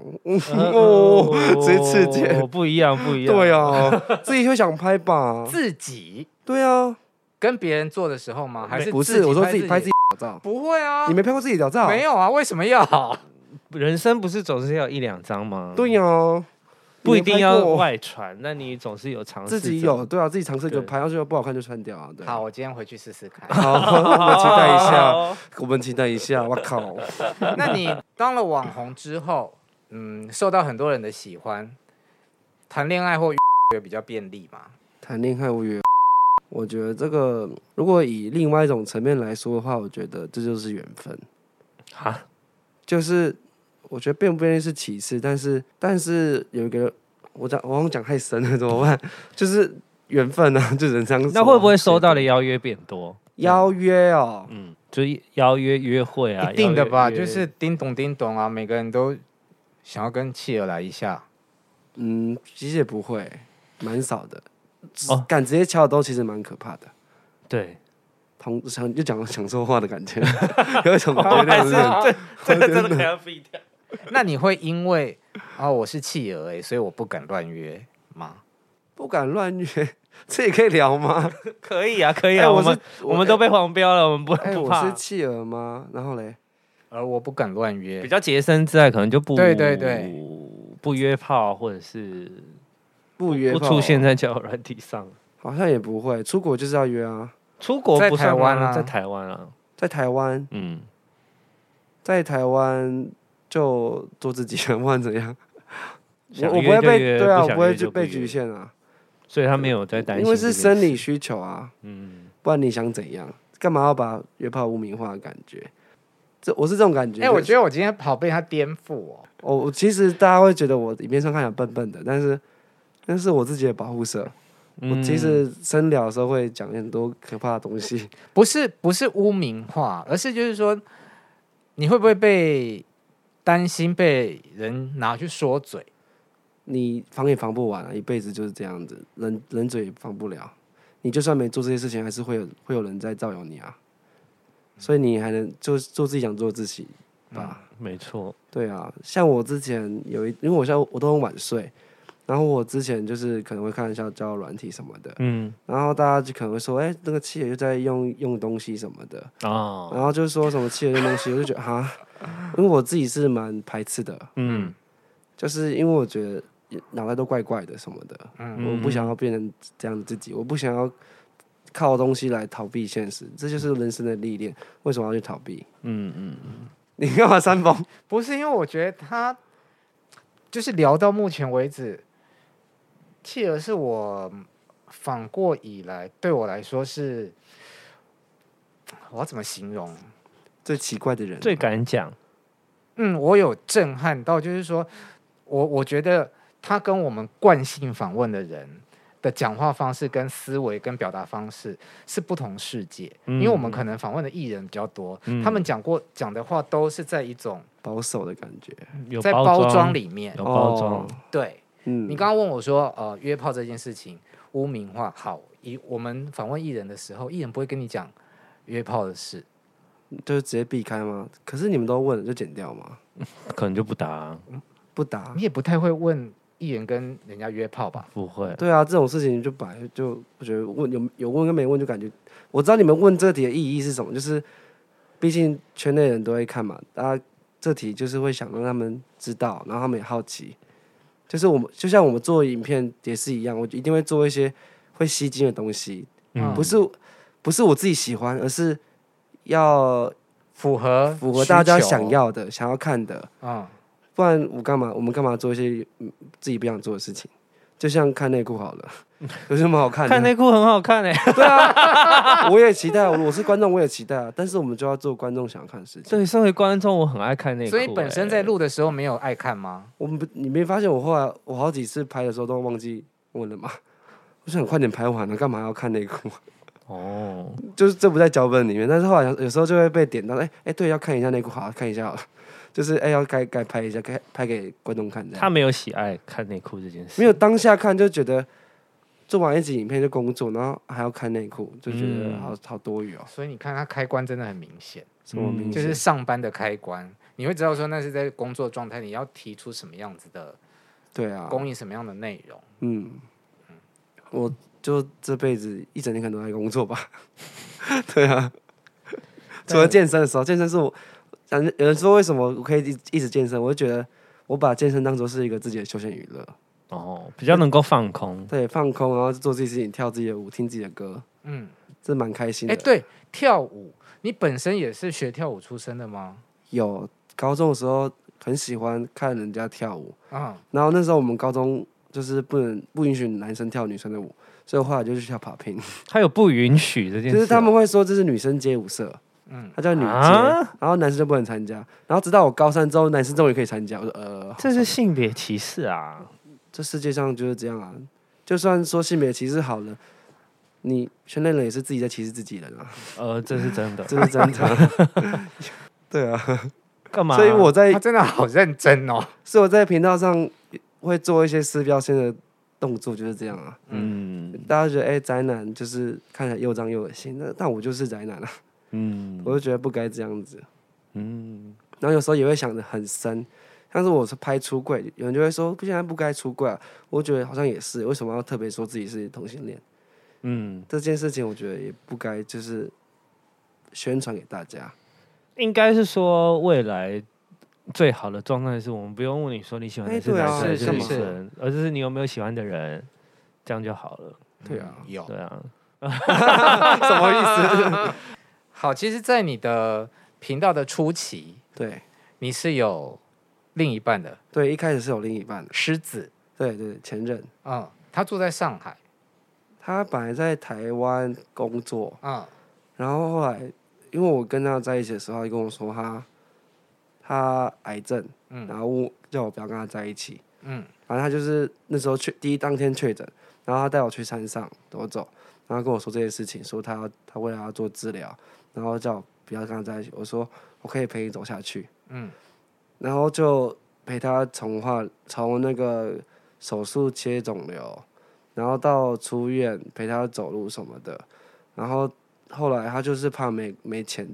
D: 哦
C: 直接刺激
D: 不一样不一样，
C: 对 *laughs* 啊，自己会想拍吧？
B: 自己
C: 对啊，
B: 跟别人做的时候吗？还是
C: 不
B: 己
C: 是我说自己拍自己
B: 己？
C: 屌照，
B: 不会啊，
C: 你没拍过自己屌
B: *laughs*
C: 照？
B: 没有啊？为什么要？
D: 人生不是总是要一两张吗？
C: 对呀、
D: 不一定
C: 啊你有拍
D: 要
C: 过
D: 外传，那你总是有尝试
C: 自己
D: 者
C: 有，对啊，自己尝试就
D: 对
C: 拍，要是不好看就删掉啊。对，
B: 好，，我今天回去试试看。
C: 好， *laughs* 我们期待一下，
D: 哦
C: 我们期待一下。我靠，
B: 那你当了网红之后，嗯，受到很多人的喜欢，谈恋爱或约 *laughs* 比较便利嘛？
C: 谈恋爱无缘。我觉得这个，如果以另外一种层面来说的话，我觉得这就是缘分。
D: 哈，
C: 就是我觉得变不变是其次，但是但是有一个，我讲我好像讲太深了，怎么办？ *laughs* 就是缘分啊，就人生。
D: 那会不会收到的邀约变多？
C: 邀约哦？
D: 嗯，就是邀约约会啊，
B: 一定的吧，
D: 邀约
B: 就是叮咚叮咚啊，每个人都想要跟企鹅来一下。
C: 嗯，其实也不会，蛮少的。
D: 哦
C: 敢直接敲的都其实蛮可怕的。
D: 对，
C: 同想就讲讲错话的感
D: *laughs*
C: 觉，有一种有
D: 哦还
C: 点
D: 是
C: 冷
D: 这这 *laughs* 个真的可能要避掉。
B: 那你会因为啊、我是企鹅哎、所以我不敢乱约吗？
C: 不敢乱约，这也可以聊
D: *laughs*
C: 吗？
D: 可以啊，可以
C: 哎
D: 啊，我
C: 是
D: 们我们都被黄标了，我们不
C: 哎、
D: 不
C: 我
D: 怕
C: 是。企鹅吗？然后嘞，
B: 而呃我不敢乱约
D: 比，较洁身自爱，可能就不
B: 对对对
D: 不约炮，或者是
C: 不约
D: 不
C: 炮啊
D: 出现在交友软体上。
C: 好像也不会，出国就是要约啊，
D: 出国
B: 在
D: 不算
B: 台湾啊
D: 在台湾啊，
C: 在台湾，
D: 嗯，
C: 在台湾就做自己， *laughs* 不管怎样，我
D: 想
C: 我
D: 约
C: 不会
D: 就
C: 被
D: 约
C: 对啊，
D: 不
C: 我
D: 想
C: 不会
D: 约
C: 去
D: 就
C: 被
D: 不
C: 局
D: 约
C: 限啊，
D: 所以他没有在担心，
C: 因为是生理，需求啊，
D: 嗯，
C: 不然你想怎样？干嘛要把约炮污名化的感觉？这我是这种感觉。
B: 哎、我觉
C: 得
B: 得我今天好被他颠覆哦。
C: 我我其实大家会觉得我里面上看起来笨笨的，但是那是我自己的保护色。我其实深聊的时候会讲很多可怕的东西。
B: 不是不是污名化，而是就是说，你会不会被担心被人拿去说嘴？
C: 你防也防不完啊，一辈子就是这样子，人人嘴也防不了。你就算没做这些事情，还是会有会有人在造谣你啊。所以你还能就做自己想做的自己吧。
D: 没错，
C: 对啊，像我之前有一，因为我现在我都很晚睡，然后我之前就是可能会看一下交友软体什么的，
D: 嗯
C: 然后大家就可能会说，哎、那个企鹅又在用用东西什么的，
D: 哦，
C: 然后就说什么企鹅用东西，我就觉得哈，因为我自己是蛮排斥的，
D: 嗯，
C: 就是因为我觉得脑袋都怪怪的什么的，我不想要变成这样的自己，我不想要靠东西来逃避现实，这就是人生的历练。为什么要去逃避？
D: 嗯嗯，
C: 你干嘛煽风？
B: 不是因为我觉得他就是聊到目前为止，企鹅是我访过以来对我来说是，我要怎么形容？
C: 最奇怪的人，
D: 最敢讲，
B: 嗯，我有震撼到，就是说我我觉得他跟我们惯性访问的人的讲话方式、跟思维、跟表达方式是不同世界，因为我们可能访问的艺人比较多，他们讲过讲的话都是在一种
C: 保守的感觉。
D: 有
B: 在包装，里面
D: 有。包装
C: 哦，
B: 对
C: 嗯，
B: 你刚刚问我说，呃，约炮这件事情污名化，好，以我们访问艺人的时候，艺人不会跟你讲约炮的事，
C: 就是直接避开吗？可是你们都问了，就剪掉吗？
D: 可能就不答啊，
C: 不答
B: 你。也不太会问艺人跟人家约炮吧？
D: 不会，
C: 对啊，这种事情就摆就我觉得问有有问跟没问就感觉，我知道你们问这题的意义是什么，就是毕竟圈内人都会看嘛，大家这题就是会想让他们知道，然后他们也好奇，就是我们就像我们做影片也是一样，我一定会做一些会吸睛的东西，
B: 嗯
C: 不是不是我自己喜欢，而是要
B: 符合
C: 符合大家
B: 需求
C: 想，要的、想要看的，
B: 嗯，
C: 不然我干嘛？我们干嘛做一些嗯自己不想做的事情？就像看内裤好了， *laughs* 有什么好看的？啊
D: 看内裤很好看
C: *laughs*
D: 哎，
C: 我也期待，我是观众，我也期待啊。但是我们就要做观众想要看的事情。
D: *laughs* 对，身为观众，我很爱看内裤，
B: 所以本身
D: 哎
C: 欸
B: 在录的时候没有爱看吗？
C: 我们不，你没发现我后来我好几次拍的时候都忘记问了吗？我想快点拍完啊了，干嘛要看内裤？ *laughs*
D: 哦，
C: 就是这不在脚本里面，但是后来有有时候就会被点到，哎、哎、对，要看一下内裤，好看一下好了，就是哎、要该该拍一下，该拍给观众看这
D: 他
C: 样。
D: 没有喜爱看内裤这件事，
C: 没有当下看就觉得做完一集影片就工作，然后还要看内裤，就觉得
D: 嗯
C: 好、好多余哦，
B: 所以你看它开关真的很明显，
C: 什么明
D: 嗯
C: 显、
B: 就是上班的开关，你会知道说那是在工作状态，你要提出什么样子的，
C: 对啊，
B: 供应什么样的内容。
C: 嗯，我就这辈子一整天可能都在工作吧。 *laughs* 对啊，除了健身的时候，健身是我，反正有人说为什么我可以一一直健身，我就觉得我把健身当做是一个自己的休闲娱乐。
D: 哦，比较能够放空。
C: 对，放空，然后做自己事情，跳自己的舞，听自己的歌，
B: 嗯，
C: 这蛮开心
B: 哎、
C: 的。
B: 对，跳舞，你本身也是学跳舞出身的吗？
C: 有高中的时候很喜欢看人家跳舞，
B: 啊、
C: 然后那时候我们高中就是不能不允许男生跳女生的舞，所以我后来就去跳 popping，
D: 他有不允许这件
C: 就
D: 事哦，
C: 是他们会说这是女生街舞社，
B: 嗯
C: 嗯，它叫女街，
D: 啊
C: 然后男生就不能参加，然后直到我高三之后，男生终于可以参加，我说呃，
D: 这是性别歧视啊！
C: 这世界上就是这样啊，就算说性别歧视好了。你圈内人也是自己在歧视自己人啊，
D: 呃，这是真的，
C: 这是真的。 *laughs* 对啊，
D: 干嘛？
C: 所以我在
B: 他真的好认真哦。
C: 所以我在频道上会做一些撕标签的动作，就是这样啊。
D: 嗯
C: 大家觉得哎、宅男就是看起来又脏又恶心，那但我就是宅男啊，*laughs*
D: 嗯
C: 我就觉得不该这样子。
D: 嗯，
C: 然后有时候也会想的很深，像是我是拍出柜，有人就会说不现在不该出柜、啊，我觉得好像也是，为什么要特别说自己是同性恋？
D: 嗯，
C: 这件事情我觉得也不该就是宣传给大家。
D: 应该是说未来最好的状态是我们不用问你说你喜欢的
C: 哎
D: 是
C: 对
D: 男
C: 啊
D: 生还
B: 是
D: 是女
B: 是是
D: 生，而是你有没有喜欢的人，这样就好了。
C: 对啊，
B: 嗯有
D: 对啊，
C: 什么意思？
B: 好，其实，在你的频道的初期，
C: 对
B: 你是有另一半的
C: 对，一开始是有另一半的，
B: 狮子，
C: 对对，前任，
B: 嗯，他住在上海，
C: 他本来在台湾工作，
B: 嗯
C: 然后后来，因为我跟他在一起的时候，他就跟我说他他癌症，然
B: 嗯
C: 后问我叫我不要跟他在一起。
B: 嗯
C: 反正他就是那时候确第一当天确诊，然后他带我去山上走走，然后跟我说这些事情，说他要他为了要做治疗，然后叫我不要跟他在一起。我说我可以陪你走下去，
B: 嗯
C: 然后就陪他从化从那个手术切肿瘤，然后到出院陪他走路什么的，然后后来他就是怕没没钱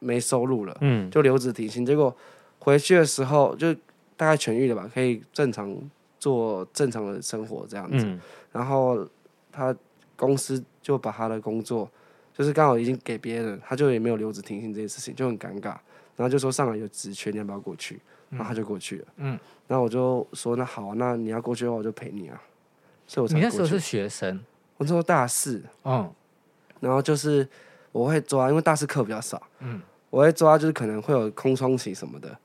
C: 没收入了，
D: 嗯，
C: 就留职停薪，结果回去的时候就大概痊愈了吧，可以正常做正常的生活这样子，
D: 嗯
C: 然后他公司就把他的工作，就是刚好已经给别人，他就也没有留职停薪这件事情，就很尴尬。然后就说上海有职缺，你要不要过去？然后他就过去了。
B: 嗯，
C: 然后我就说那好啊，那你要过去的话，我就陪你啊。所以我才
B: 你那时
C: 过
B: 候是。
C: 去
B: 学生，
C: 我那时候大四，
B: 嗯
C: 然后就是我会抓，因为大四课比较少，
B: 嗯，
C: 我会抓就是可能会有空窗期什么的。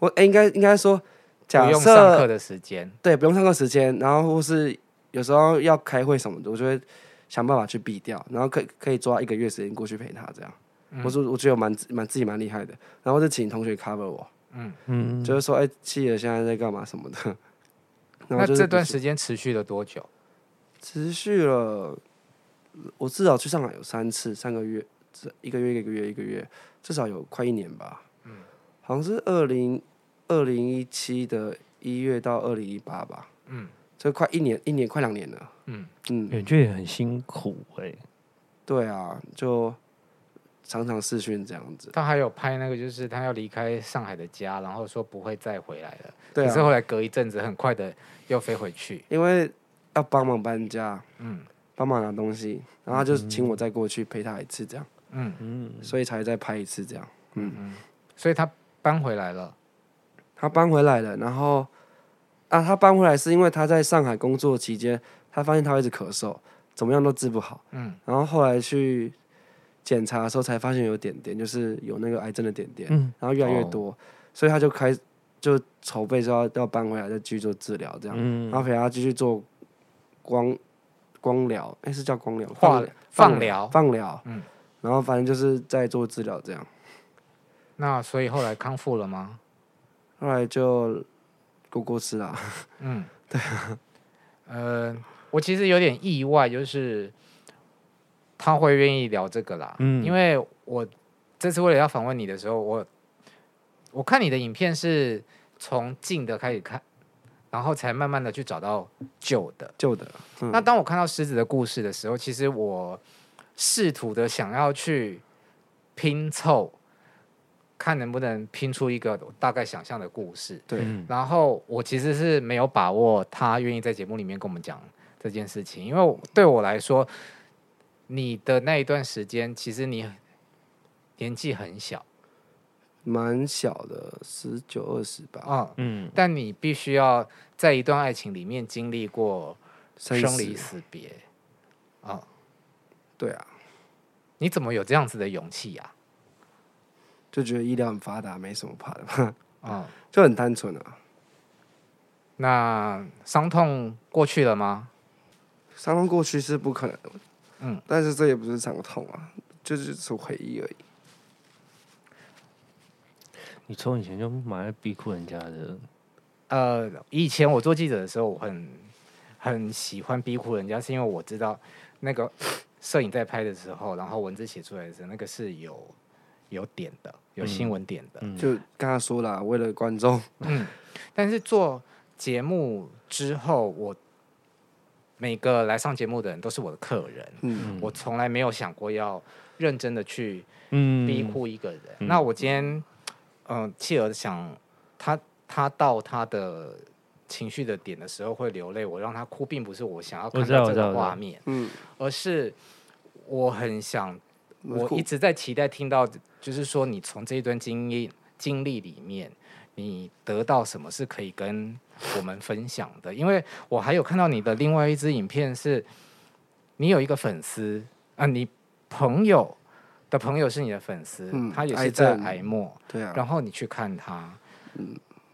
C: 我、诶应该应该说，假
B: 不用上
C: 设
B: 课的时间，
C: 对，不用上课时间，然后或是有时候要开会什么的，我就会想办法去避掉，然后可以可以抓一个月时间过去陪他这样。我说我觉得我蛮蛮自己蛮厉害的，然后就请同学 cover 我，
D: 嗯，
C: 就是说哎，企鹅现在在干嘛什么的。 *laughs* 然后
B: 那
C: 就是
B: 这段
C: 不是
B: 时间持续了多久？
C: 持续了，我至少去上海有三次，三个月，这一个月一个月一个月，至少有快一年吧。
B: 嗯
C: 好像是二零二零一七的一月到二零一八吧。
B: 嗯，
C: 这快一年，一年快两年了。
B: 嗯
C: 嗯，
D: 感哎觉也很辛苦哎。
C: 对啊，就常常试训这样子。
B: 他还有拍那个，就是他要离开上海的家，然后说不会再回来了。
C: 对
B: 可是后
C: 啊，
B: 来隔一阵子，很快的又飞回去。
C: 因为要帮忙搬家，
B: 嗯
C: 帮忙拿东西，然后他就请我再过去陪他一次这样，
B: 嗯，
D: 嗯，
C: 所以才再拍一次这样。嗯
B: 所以他搬回来了。
C: 他搬回来了，然后啊，他搬回来是因为他在上海工作期间，他发现他一直咳嗽，怎么样都治不好，
B: 嗯
C: 然后后来去检查的时候才发现有点点，就是有那个癌症的点点，
D: 嗯
C: 然后越来越多，所以他就开就筹备说要要搬回来再继续做治疗这样，
D: 嗯
C: 然后陪他继续做光光疗，哎是叫光疗
B: 化放疗
C: 放疗，
B: 嗯
C: 嗯，然后反正就是在做治疗这样，
B: 那所以后来康复了吗？
C: 后来就过过世了， *laughs*
B: 嗯，对。呃，我其实有点意外，就是他会愿意聊这个啦。
D: 嗯
B: 因为我这次为了要访问你的时候，我我看你的影片是从近的开始看，然后才慢慢的去找到旧的。
C: 旧的，嗯
B: 那当我看到狮子的故事的时候，其实我试图的想要去拼凑，看能不能拼出一个我大概想象的故事。
C: 对。
D: 嗯
B: 然后我其实是没有把握他愿意在节目里面跟我们讲这件事情，因为我对我来说，你的那一段时间其实你年纪很小，
C: 蛮小的，十九二十吧，
B: 啊、
D: 嗯，
B: 但你必须要在一段爱情里面经历过
C: 生
B: 生
C: 死
B: 离死别啊、
C: 对啊，
B: 你怎么有这样子的勇气啊呀、
C: 就觉得医疗很发达，没什么怕的
B: *laughs*
C: 嘛，
B: 啊？
C: 就很单纯啊。
B: 那伤痛过去了吗？
C: 伤痛过去是不可能的，
B: 嗯，
C: 但是这也不是伤痛啊，就是是回忆而已。
D: 你从以前就蛮爱逼哭人家的，
B: 呃，以前我做记者的时候，我很很喜欢逼哭人家，是因为我知道那个 *sniffs* 摄影在拍的时候，然后文字写出来的时候，那个是有有点的，有新闻点的。
D: 嗯，
C: 就跟他说啦，为了观众，
B: 但是做节目之后，我每个来上节目的人都是我的客人，
C: 嗯，
B: 我从来没有想过要认真的去
D: 嗯
B: 逼哭一个人。那我今天，嗯、企鹅想他他到他的情绪的点的时候会流泪，我让他哭，并不是我想要
D: 我
B: 看
D: 知道
B: 到
D: 我
B: 这
D: 知道我
B: 个
D: 知道
B: 画面，
C: 嗯，
B: 而是我很想，我
C: 哭
B: 一直在期待听到，就是说你从这一段经历经历里面。你得到什么是可以跟我们分享的？因为我还有看到你的另外一支影片是，你有一个粉丝啊，你朋友的朋友是你的粉丝，
C: 嗯
B: 他也
C: 癌
B: 是在
C: 症嗯
B: 癌末，
C: 对啊，
B: 然后你去看他，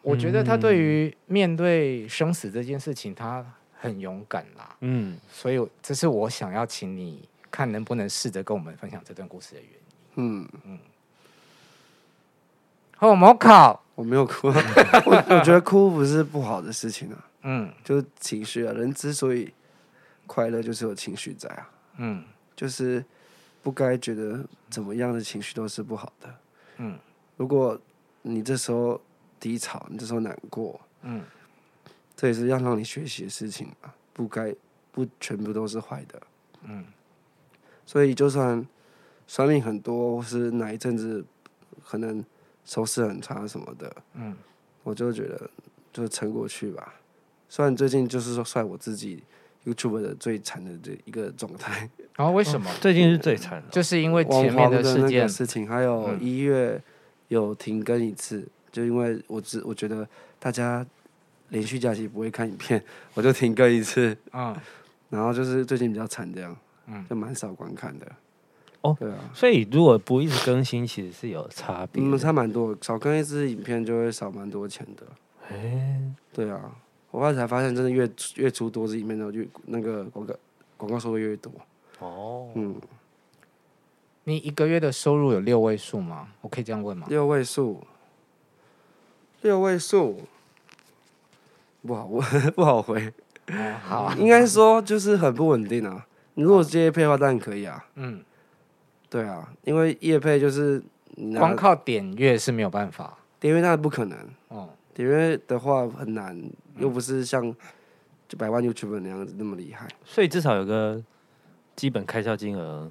B: 我觉得他对
C: 嗯
B: 于面对生死这件事情，他很勇敢啦，
D: 嗯，
B: 所以这是我想要请你看能不能试着跟我们分享这段故事的原因。
C: 嗯，
B: 哦，模考，
C: 我没有哭、啊，
B: *laughs*
C: 我我觉得哭不是不好的事情啊，
B: 嗯
C: 就是情绪啊，人之所以快乐，就是有情绪在啊，
B: 嗯
C: 就是不该觉得怎么样的情绪都是不好的。
B: 嗯，
C: 如果你这时候低潮，你这时候难过，
B: 嗯，
C: 这也是要让你学习的事情嘛，不该不全部都是坏的。
B: 嗯，
C: 所以就算算命很多，或是哪一阵子可能收视很差什么的，
B: 嗯，
C: 我就觉得就撑过去吧。虽然最近就是说算我自己 YouTube 的最惨的这一个状态，
B: 然后为什么？
D: 哦最近是最惨的，
B: 就是因为
C: 网
B: 前面
C: 黄
B: 的
C: 的
B: 事
C: 那
B: 件嗯
C: 个，事情，还有一月有停更一次，就因为我只我觉得大家连续假期不会看影片，我就停更一次，
B: 嗯
C: *laughs* 然后就是最近比较惨这样，
B: 嗯
C: 就蛮少观看的。
D: 哦
C: 对啊，
D: 所以如果不一直更新，其实是有差别
C: 嗯，
D: 的。
C: 差蛮多，少更一支影片就会少蛮多钱的。
D: 哎，
C: 对啊，我后来才发现，真的越越出多支影片的越那个广告广告收入越多。
D: 哦，
C: 嗯，
B: 你一个月的收入有六位数吗？我可以这样问吗？
C: 六位数，六位数，不好问， *laughs* 不好回。
B: 哦，好啊，
C: 应该说就是很不稳定啊。你如果接叶配的话，当然可以啊。
B: 嗯，
C: 对啊，因为叶配就是你拿
B: 光靠点阅是没有办法，
C: 点阅，那不可能。
B: 哦，
C: 点阅的话很难，又不是像就百万 YouTube 那样子那么厉害。
D: 所以至少有个基本开销金额，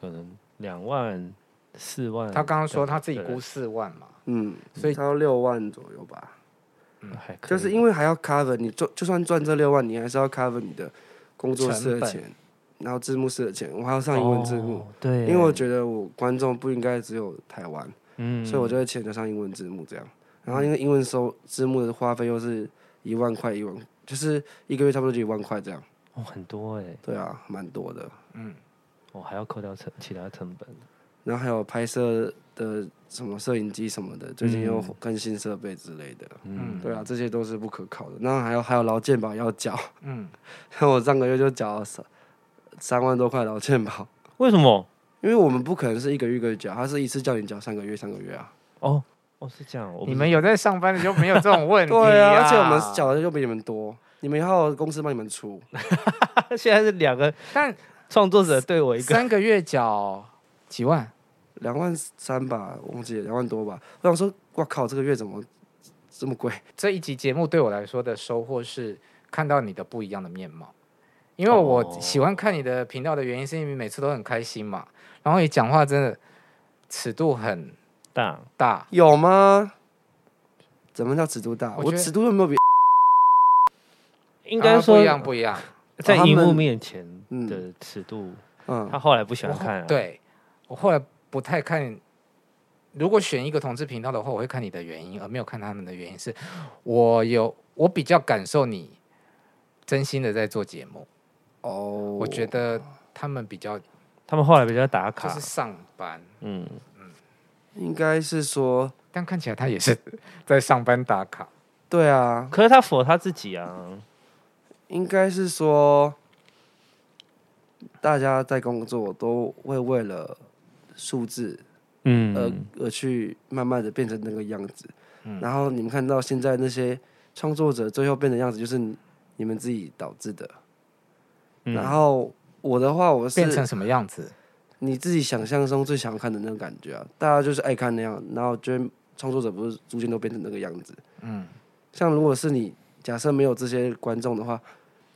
D: 可能两万、四万。
B: 他刚刚说他自己
D: 对
B: 估四万嘛，
C: 嗯，
B: 所以
C: 差不多六万左右吧。
D: 嗯还可以
C: 嗯就是因为还要 cover 你赚，就算赚这六万，你还是要 cover 你的工作室
B: 成
C: 的
B: 本
C: 钱，然后字幕室的钱，我还要上英文字幕。
D: 哦对，
C: 因为我觉得我观众不应该只有台湾，
D: 嗯，
C: 所以我就会牵扯上英文字幕这样。然后因为英文收字幕的花费又是一万块一万，就是一个月差不多就一万块这样。
D: 哦很多哎，
C: 对啊，蛮多的。
D: 我还要扣掉成其他成本。
C: 然后还有拍摄的什么摄影机什么的，最近又
D: 嗯
C: 更新设备之类的。
B: 嗯
C: 对啊，这些都是不可靠的。然后还有还有劳健保要缴，
B: 嗯，
C: *laughs* 我上个月就缴了三三万多块劳健保，
D: 为什么？
C: 因为我们不可能是一个月一个月缴，他是一次叫你缴三个月三个月啊。
D: 哦哦，是这样，我不
B: 你们有在上班的就没有这种问题、
C: *laughs* 对
B: 啊，
C: 而且我们缴的又比你们多，你们还有公司帮你们出。
D: *laughs* 现在是两个
B: 但
D: 创作者对我一个，
B: 三个月缴几万，
C: 两万三吧，忘记了两万多吧。我想说，哇靠，这个月怎么这么贵？ *laughs*
B: 这一集节目对我来说的收获是看到你的不一样的面貌，因
D: 哦
B: 为我喜欢看你的频道的原因是因为每次都很开心嘛，然后你讲话真的尺度很
D: 大，
B: 大，
C: 有吗？怎么叫尺度大？
B: 我
C: 我
B: 觉得
C: 尺度有没有比？
D: 应该
B: 啊
D: 说
B: 不一样不一样，
D: 在
C: 哦他
D: 荧幕
C: 们
D: 面前
C: 嗯
D: 的尺度，
C: 嗯
D: 他后来不喜欢啊
B: 我后
D: 看啊，
B: 对我后来不太看如果选一个同志频道的话，我会看你的原因，而没有看他们的原因是，我有我比较感受你真心的在做节目，
C: 哦
B: 我觉得他们比较就
D: 他们后来比较打卡
B: 是，上班，
D: 嗯，
C: 应该是说，
B: 但看起来他也是 *laughs* 在上班打卡。
C: 对啊，
D: 可是他符合他自己
C: 呃
D: 啊，
C: 应该是说，大家在工作都会为了数字而、
D: 嗯，
C: 而去慢慢的变成那个样子。
B: 嗯
C: 然后你们看到现在那些创作者最后变的样子，就是你你们自己导致的。
D: 嗯
C: 然后我的话，我
B: 变成
C: 是
B: 什么样子？
C: 你自己想象中最想要看的那种感觉啊，大家就是爱看那样，然后就会创作者不是逐渐都变成那个样子。
B: 嗯，
C: 像如果是你假设没有这些观众的话，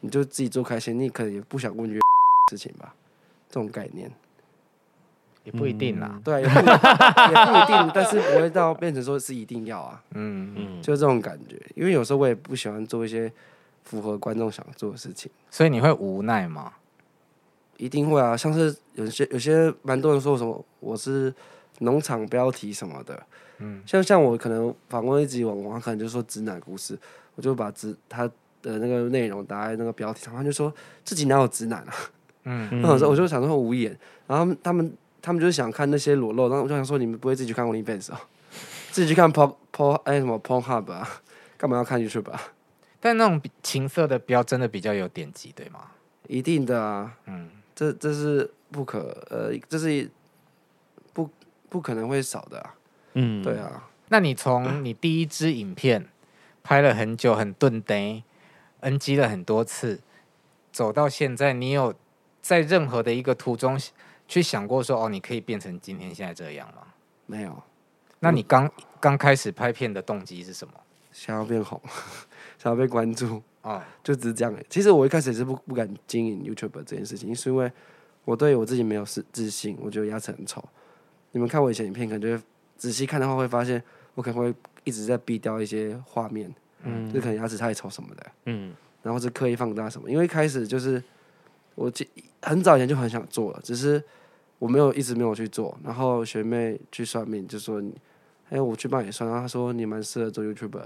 C: 你就自己做开心，你可能也不想问约事情吧，这种概念。
B: 也不一定啦。
C: 对啊，也不也不一定，但是不会到变成说是一定要啊，
B: 嗯，
D: 嗯，
C: 就是这种感觉。因为有时候我也不喜欢做一些符合观众想做的事情，
B: 所以你会无奈吗？
C: 一定会啊。像是有些有些蛮多人说什么我是农场标题什么的，嗯，像像我可能访问一集网红，他可能就说直男故事，我就把直他。的那个内容打在那个标题上，他就说自己哪有直男啊？ *laughs*
B: 嗯，
C: 那我说我就想说无眼，然后他们他们他们就是想看那些裸露，然后我就想说你们不会自己去看 OnlyFans 哦， *laughs* 自己去看 Pop Pop 哎什么 Pornhub 啊， *laughs* 干嘛要看 YouTube 啊？
B: 但那种比情色的标真的比较有点击，对吗？
C: 一定的啊，
B: 嗯，
C: 这这是不可呃，这是不不可能会少的啊，*laughs*
D: 嗯，
C: 对，啊，
B: 那你从你第一支影片拍了很久，很钝呆，NG 了很多次，走到现在，你有在任何的一个途中去想过说，哦，你可以变成今天现在这样吗？
C: 没有
B: 那你刚刚开始拍片的动机是什么？
C: 想要变红， *laughs* 想要被关注，
B: 哦，
D: 啊
C: 就只是这样、欸。其实我一开始也是不不敢经营 YouTube 这件事情，是因为我对我自己没有自自信，我觉得牙齿很丑。你们看我以前影片，可能就会仔细看的话，会发现我可能会一直在避掉一些画面，
D: 嗯
C: 就可能牙齿太丑什么的，
D: 嗯
C: 然后是刻意放大什么。因为一开始就是我记很早以前就很想做了，只是我没有一直没有去做。然后学妹去算命就说你：“哎、我去帮你算。”然后她说：“你蛮适合做 YouTuber，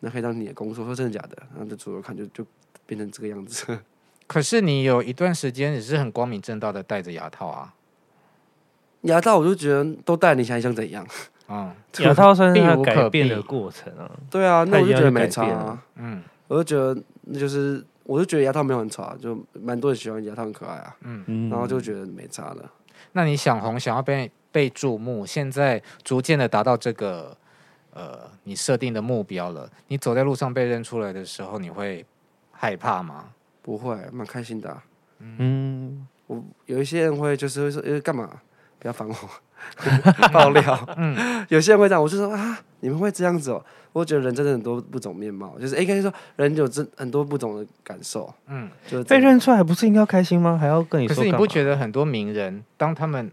C: 那可以当你的工作。”我说：“真的假的？”然后就做做看，就就变成这个样子。 *laughs*
B: 可是你有一段时间也是很光明正大的戴着牙套啊，
C: 牙套我就觉得都戴，你想想怎样？
B: 嗯
D: 牙套算是
B: 避
D: 他
B: 无
D: 改
B: 可
D: 变
B: 避
D: 的过程啊，
C: 对啊，那
D: 他
C: 我
D: 已
C: 就
D: 经
C: 觉得
D: 要
C: 没
D: 改
C: 差、
D: 变
C: 啊
D: 了。
B: 嗯
C: 我就觉得那就是，我就觉得牙套没有很差，就蛮多人喜欢牙套很可爱啊，
D: 嗯，
C: 然后就觉得没差了。
B: 那你想红，想要被被注目，现在逐渐的达到这个呃你设定的目标了。你走在路上被认出来的时候，你会害怕吗？
C: 不会，蛮开心的啊、
D: 嗯，
C: 我有一些人会就是会说，呃，干嘛？不要烦我， *laughs* 爆料。有些人会这样，我就说啊，你们会这样子哦。我觉得人真的很多不懂面貌，就是诶应该说人有真很多不懂的感受。
B: 嗯
C: 嗯，就是
D: 被
C: 真的
D: 认出来不是应该要开心吗？还要跟你
B: 可
D: 说
B: 是
D: 干嘛，
B: 你不觉得很多名人，当他们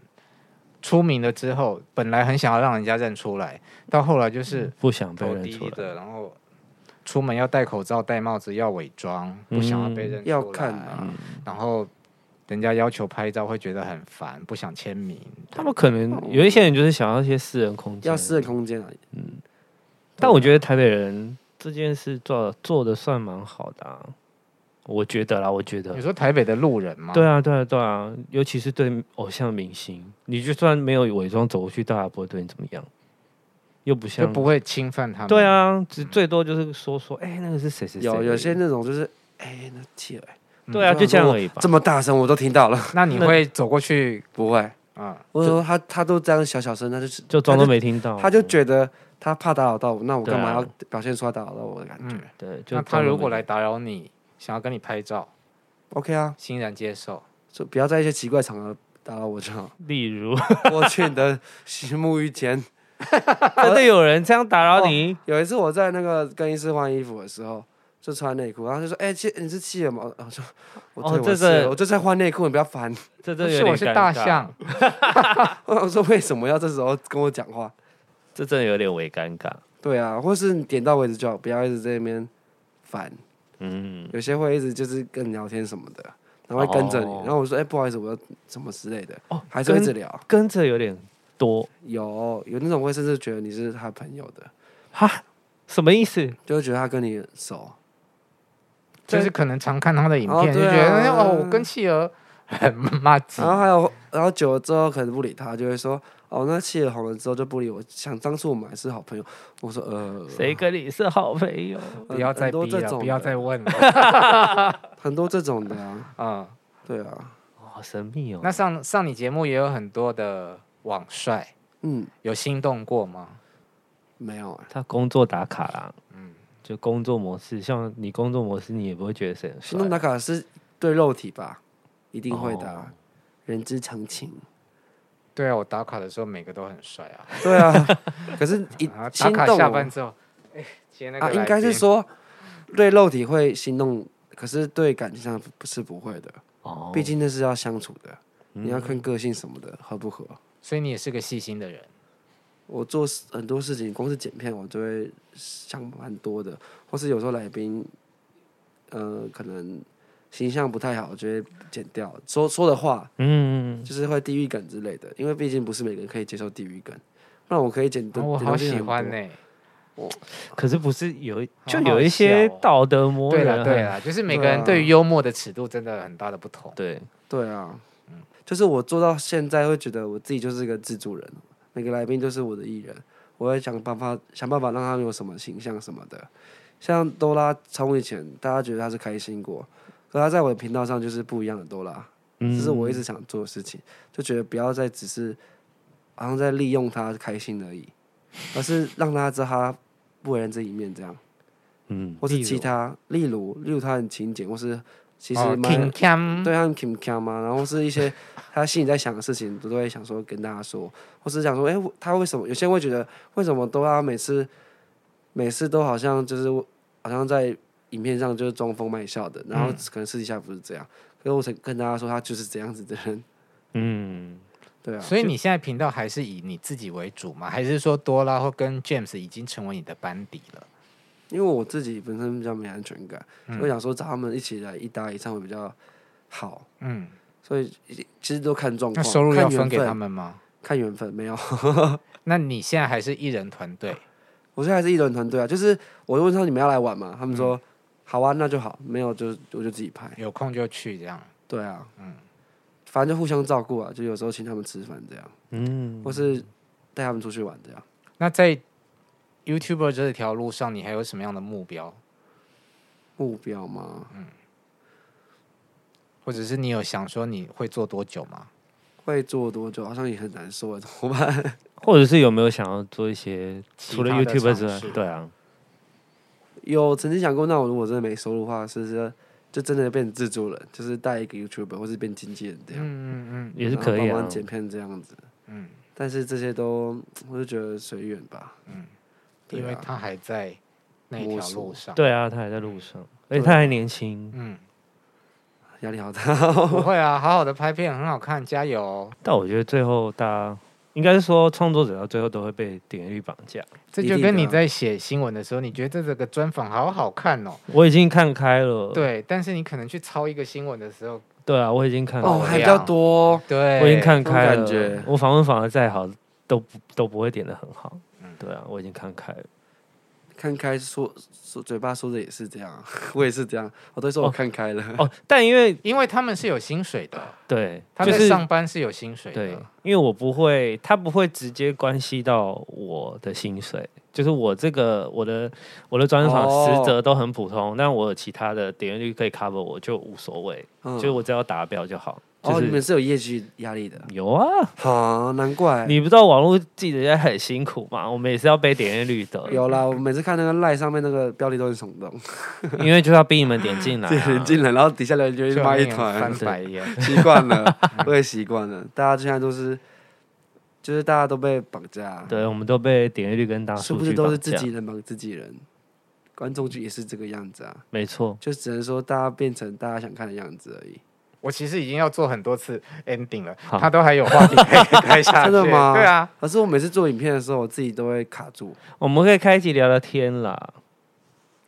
B: 出名了之后，本来很想要让人家认出来，到后来就是
D: 不想嗯被
B: 头
D: 认
B: 低
D: 出来？
B: 的，然后出门要戴口罩、戴帽子、要伪装，不想要被认
D: 嗯
B: 出来，
C: 要看啊，
B: 然后人家要求拍照会觉得很烦，不想签名。
D: 他们可能有一些人就是想要一些私人空间，
C: 要私人空间啊。
D: 但我觉得台北人这件事做做的算蛮好的、啊，我觉得啦，我觉得
B: 你。说台北的路人吗？
D: 对啊，对啊，对啊，尤其是对偶像明星，你就算没有伪装走过去，大家不会对你怎么样，又不
B: 就
D: 像
B: 不会侵犯他们。
D: 对，啊，只最多就是说说，哎、那个是谁谁谁而
C: 有
D: 已，
C: 有些那种就是，诶，那气了，
D: 对啊，
C: 嗯
D: 就这样而已吧
C: 这。么大声我都听到了。
B: 那你
D: 那
B: 会走过去
C: 不会，
B: 啊？
C: 我说他他都这样小小声，他就是
D: 就装作没听到，啊
C: 他就觉得他怕打扰到我，那我
D: 哦对啊
C: 干嘛要表现出他打扰到我的感觉、
B: 嗯
D: 对，就
B: 那
D: 装作
B: 他
D: 没
B: 如果来打扰你，想要跟你拍照，
C: o k 啊，
B: 欣然接受。
C: 就不要在一些奇怪场合打扰我就
D: *laughs*
C: 好。
B: *laughs*
D: 例如，
B: 哦
C: 我去你的洗沐浴间，
D: 真的有人这样打扰
B: 哦
D: 你，
C: 有一次我在那个更衣室换衣服的时候，就穿内裤，然后就说：“哎、气你是气了吗？”我说：“我
D: 哦
C: 对我
D: 这
C: 是了
D: 个
C: 我就在换内裤，你不要烦。
D: 这
B: 不
D: 真的
B: 哦是
D: 有点
B: 我是大
D: 尴尬，
B: 象，
C: 我”我说：“为什么要这时候跟我讲话
D: 这真的有点微尴尬。？”
C: 对啊，或是你点到为止就好，不要一直在那边烦。
D: 嗯，
C: 有些会一直就是跟你聊天什么的，然后会跟着你。
D: 哦
C: 然后我说：“哎、不好意思，我要什么之类的。”
D: 哦
C: 还是会一
D: 跟
C: 直聊。
D: 跟着有点，多
C: 有有那种会甚至觉得你是他朋友的，
D: 哈？什么意思？
B: 哦
C: 就会觉得他跟你很熟。
B: 就是可能常看他的影
C: 哦
B: 片，就
C: 对
B: 觉得、
C: 啊
B: 哦，我跟企鹅很妈鸡
D: 嗯
C: 然。后还有，然后久了之后可能不理他，就会说哦，那气了红了之后就不理我。想当初我们还是好朋友。我说呃，
D: 谁跟你是好朋友？
B: *laughs* 不要再
C: 很多
B: 逼
C: 这
B: 了，
C: 种
B: 不要
C: 的
B: 再问
C: *laughs*
B: 了。
C: 很多这种的啊，
B: 嗯，
C: 对啊，
D: 哦好神秘哦。
B: 那上上你节目也有很多的网帅，
C: 嗯，
B: 有心动过吗？
C: 没有啊。
D: 他工作打卡啦，嗯，就工作模式，像你工作模式，你也不会觉得谁很
C: 行
D: 帅
C: 动打卡是对肉体吧？一定会的、
D: 哦
C: 啊，人之
B: *laughs*
C: 常情。
B: 对啊，我打卡的时候每个都很帅啊。
C: 对啊，可是一
B: 然后啊打
C: 心
B: 卡
C: 动
B: 下
C: 哦
B: 班之后，哎、接那个、
C: 啊，应该是，说对肉体会心动，可是对感情上不是不会的，
D: 哦，
C: 毕竟那是要相处的，
D: 嗯
C: 你要看个性什么的合不合。
B: 所以你也是个细心的人。
C: 我做事很多事情，光是剪片我就会想蛮多的，或是有时候来宾，呃，可能形象不太好，我就会剪掉说说的话，
D: 嗯，
C: 就是会地域感之类的，因为毕竟不是每个人可以接受地域感。那我可以剪
B: 哦
C: 东，
B: 我
C: 剪
B: 好
C: 东西
B: 喜
C: 很
B: 欢
C: 多
B: 呢、
D: 可是不是有一就
B: 好好
D: 有一些
B: 笑哦
D: 道德魔
B: 对
D: 人
B: 啦
D: 很，
B: 对啦，就是每个
C: 对啊
B: 人对于幽默的尺度真的很大的不同。
D: 对，
C: 对啊，就是我做到现在会觉得我自己就是个制作人，每个来宾都是我的艺人，我会想办法想办法让他们有什么形象什么的。像多拉从以前大家觉得他是开心果，可他在我的频道上就是不一样的多拉，
D: 嗯
C: 这是我一直想做的事情，就觉得不要再只是好像在利用他开心而已，而是让他知道他不为人知一面这样，
D: 嗯
C: 或是
B: 例
C: 其
B: 如
C: 他，例如例如他很勤俭，或是其实
D: 啊
B: 哦
C: 蛮。
B: 挺 cam，
C: 对他们 Kim Kim 嘛，然后是一些 *laughs* 他心里在想的事情，不都会想说跟大家说，或是想说，哎、他为什么有些人会觉得为什么都他每次每次都好像就是好像在影片上就是装疯卖笑
B: 嗯
C: 的，然后可能私底下不是这样，可是我想跟大家说，他就是这样子的人， *laughs*
D: 嗯，
C: 对啊，
B: 所以你现在频道还是以你自己为主吗？还是说多拉或跟 James 已经成为你的班底了？
C: 因为我自己本身比较没安全感，
B: 嗯
C: 所以想说找他们一起来一搭一唱会比较好，
B: 嗯，
C: 所以其实都看状
B: 那
C: 况，
B: 收入要
C: 看
B: 分
C: 缘
B: 给他
C: 分，
B: 们吗？
C: 看缘分没有。
B: 那你现在还是艺人团队？
C: 我现在还是一人团队啊，就是我问他你们要来玩吗？他们说、好啊，那就好，没有就我就自己拍。
B: 有空就去这样。
C: 对啊，嗯，反正就互相照顾啊，就有时候请他们吃饭这样，嗯，或是带他们出去玩这样。
B: 那在 YouTuber 这条路上，你还有什么样的目标，
C: 目标嘛，
B: 或者是你有想说你会做多久吗？
C: 会做多久好像也很难说，怎么办？ *laughs*
D: 或者是有没有想要做一些
B: 其
D: 除了
B: 他的
D: YouTube 之
B: 尝
D: 外
B: 试，
D: 对啊，
C: 有曾经想过，那我如果真的没收入的话，是不是就真的变成制作人，就是带一个 YouTuber 或是变经纪人这样，
B: 嗯嗯嗯，
D: 也是
C: 然后
D: 可以
C: 帮
D: 啊
C: 忙。剪片这样子。
B: 嗯，
C: 但是这些都我就觉得随缘吧，对啊
B: 因为他还在那一
C: 摸
B: 条
C: 索
B: 路
C: *laughs*
B: 上。，
D: 对啊，他还在路上，而
C: 对
D: 且
C: 啊
D: 他还年轻。
B: 嗯，
C: 压力好大、哦。
B: 不会啊，好好的拍片很好看，加油哦！
D: 但我觉得最后大家应该是说，创作者到最后都会被点击率绑架。
B: 这
C: 一
B: 就
C: 定
B: 跟
C: 的
B: 你
C: 啊
B: 在写新闻的时候，你觉得这个专访好好看哦，
D: 我已经看开了，
B: 对，但是你可能去抄一个新闻的时候，
D: 对啊，我已经看开
C: 哦，
D: 了，
C: 还比较多哦、
B: 对，
D: 我已经看
C: 这种
D: 开
C: 感
D: 了。
C: 觉
D: 我访问访的再好，都不都不会点的很好。
C: 嗯
D: 对啊，我已经看开了。
C: 看开说说嘴巴说的也是这样 *laughs* 啊，我也是这样，我都说我看开了。
D: 哦，但因为
B: 因为他们是有薪水的，
D: 对，
B: 他
D: 就
B: 在
D: 是
B: 上班是有薪水的。
D: 对，因为我不会，他不会直接关系到我的薪水，就是我这个我的我的专访
C: 哦
D: 实则都很普通，但我有其他的点阅率可以 cover，我就无所谓，
C: 嗯
D: 就是我只要达标就好。就
C: 哦，你们
D: 是
C: 是有业绩压力的，
D: 有啊，
C: 好，难怪。
D: 你不知道网络记者也很辛苦嘛，我们也是要被点阅率
C: *laughs*
D: 的，
C: 有啦，我每次看那个赖上面那个标题都很
D: *laughs*
C: 耸动，
D: 因为就要逼你们点进
C: *laughs*
D: 来、
C: 自己人
D: 啊。
C: 进来，然后底下留言就
B: 就
C: 会骂一
B: 令人
C: 团 *laughs*
B: 翻，白眼。
C: 习惯
D: *laughs*
C: 了，我也习惯了。大家现在都是，就是大家都被绑架，
D: 对，啊我们都被点阅率跟大
C: 是
D: 数
C: 不
D: 据
C: 是都是
D: 绑
C: 自
D: 架
C: 己？人绑自己人？观众就也是这个样子啊，
D: 没错，
C: 就只能说大家变成大家想看的样子而已。
B: 我其实已经要做很多次 ending 了，
D: 好
B: 他都还有话题可以 *laughs* 开下去。
C: 真的吗
B: 对啊，
C: 可是我每次做影片的时候，我自己都会卡住，
D: 我们可以开一集聊聊天啦。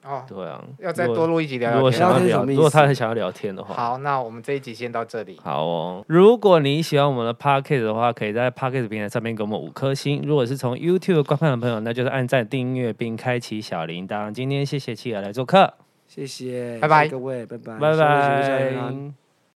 B: 哦，
D: 对啊，
B: 要再
D: 如
B: 多
D: 果
B: 录一集聊
D: 如
B: 聊
D: 果
B: 天
D: 想
B: 啊。
D: 要
C: 聊天
D: 聊，
C: 什么意
D: 如果他
C: 思
D: 很想要聊天的话，
B: 好，那我们这一集先到这里。
D: 好哦，如果你喜欢我们的 Podcast 的话，可以在 Podcast 平台上面给我们五颗星。如果是从 YouTube 观看的朋友，那就是按赞、订阅并开启小铃铛。今天谢谢企鹅来做客，
C: 谢谢，
B: 拜拜
C: 哎谢谢各位，拜拜，
D: 拜
C: 下面请问一下
D: 拜
C: 有没有。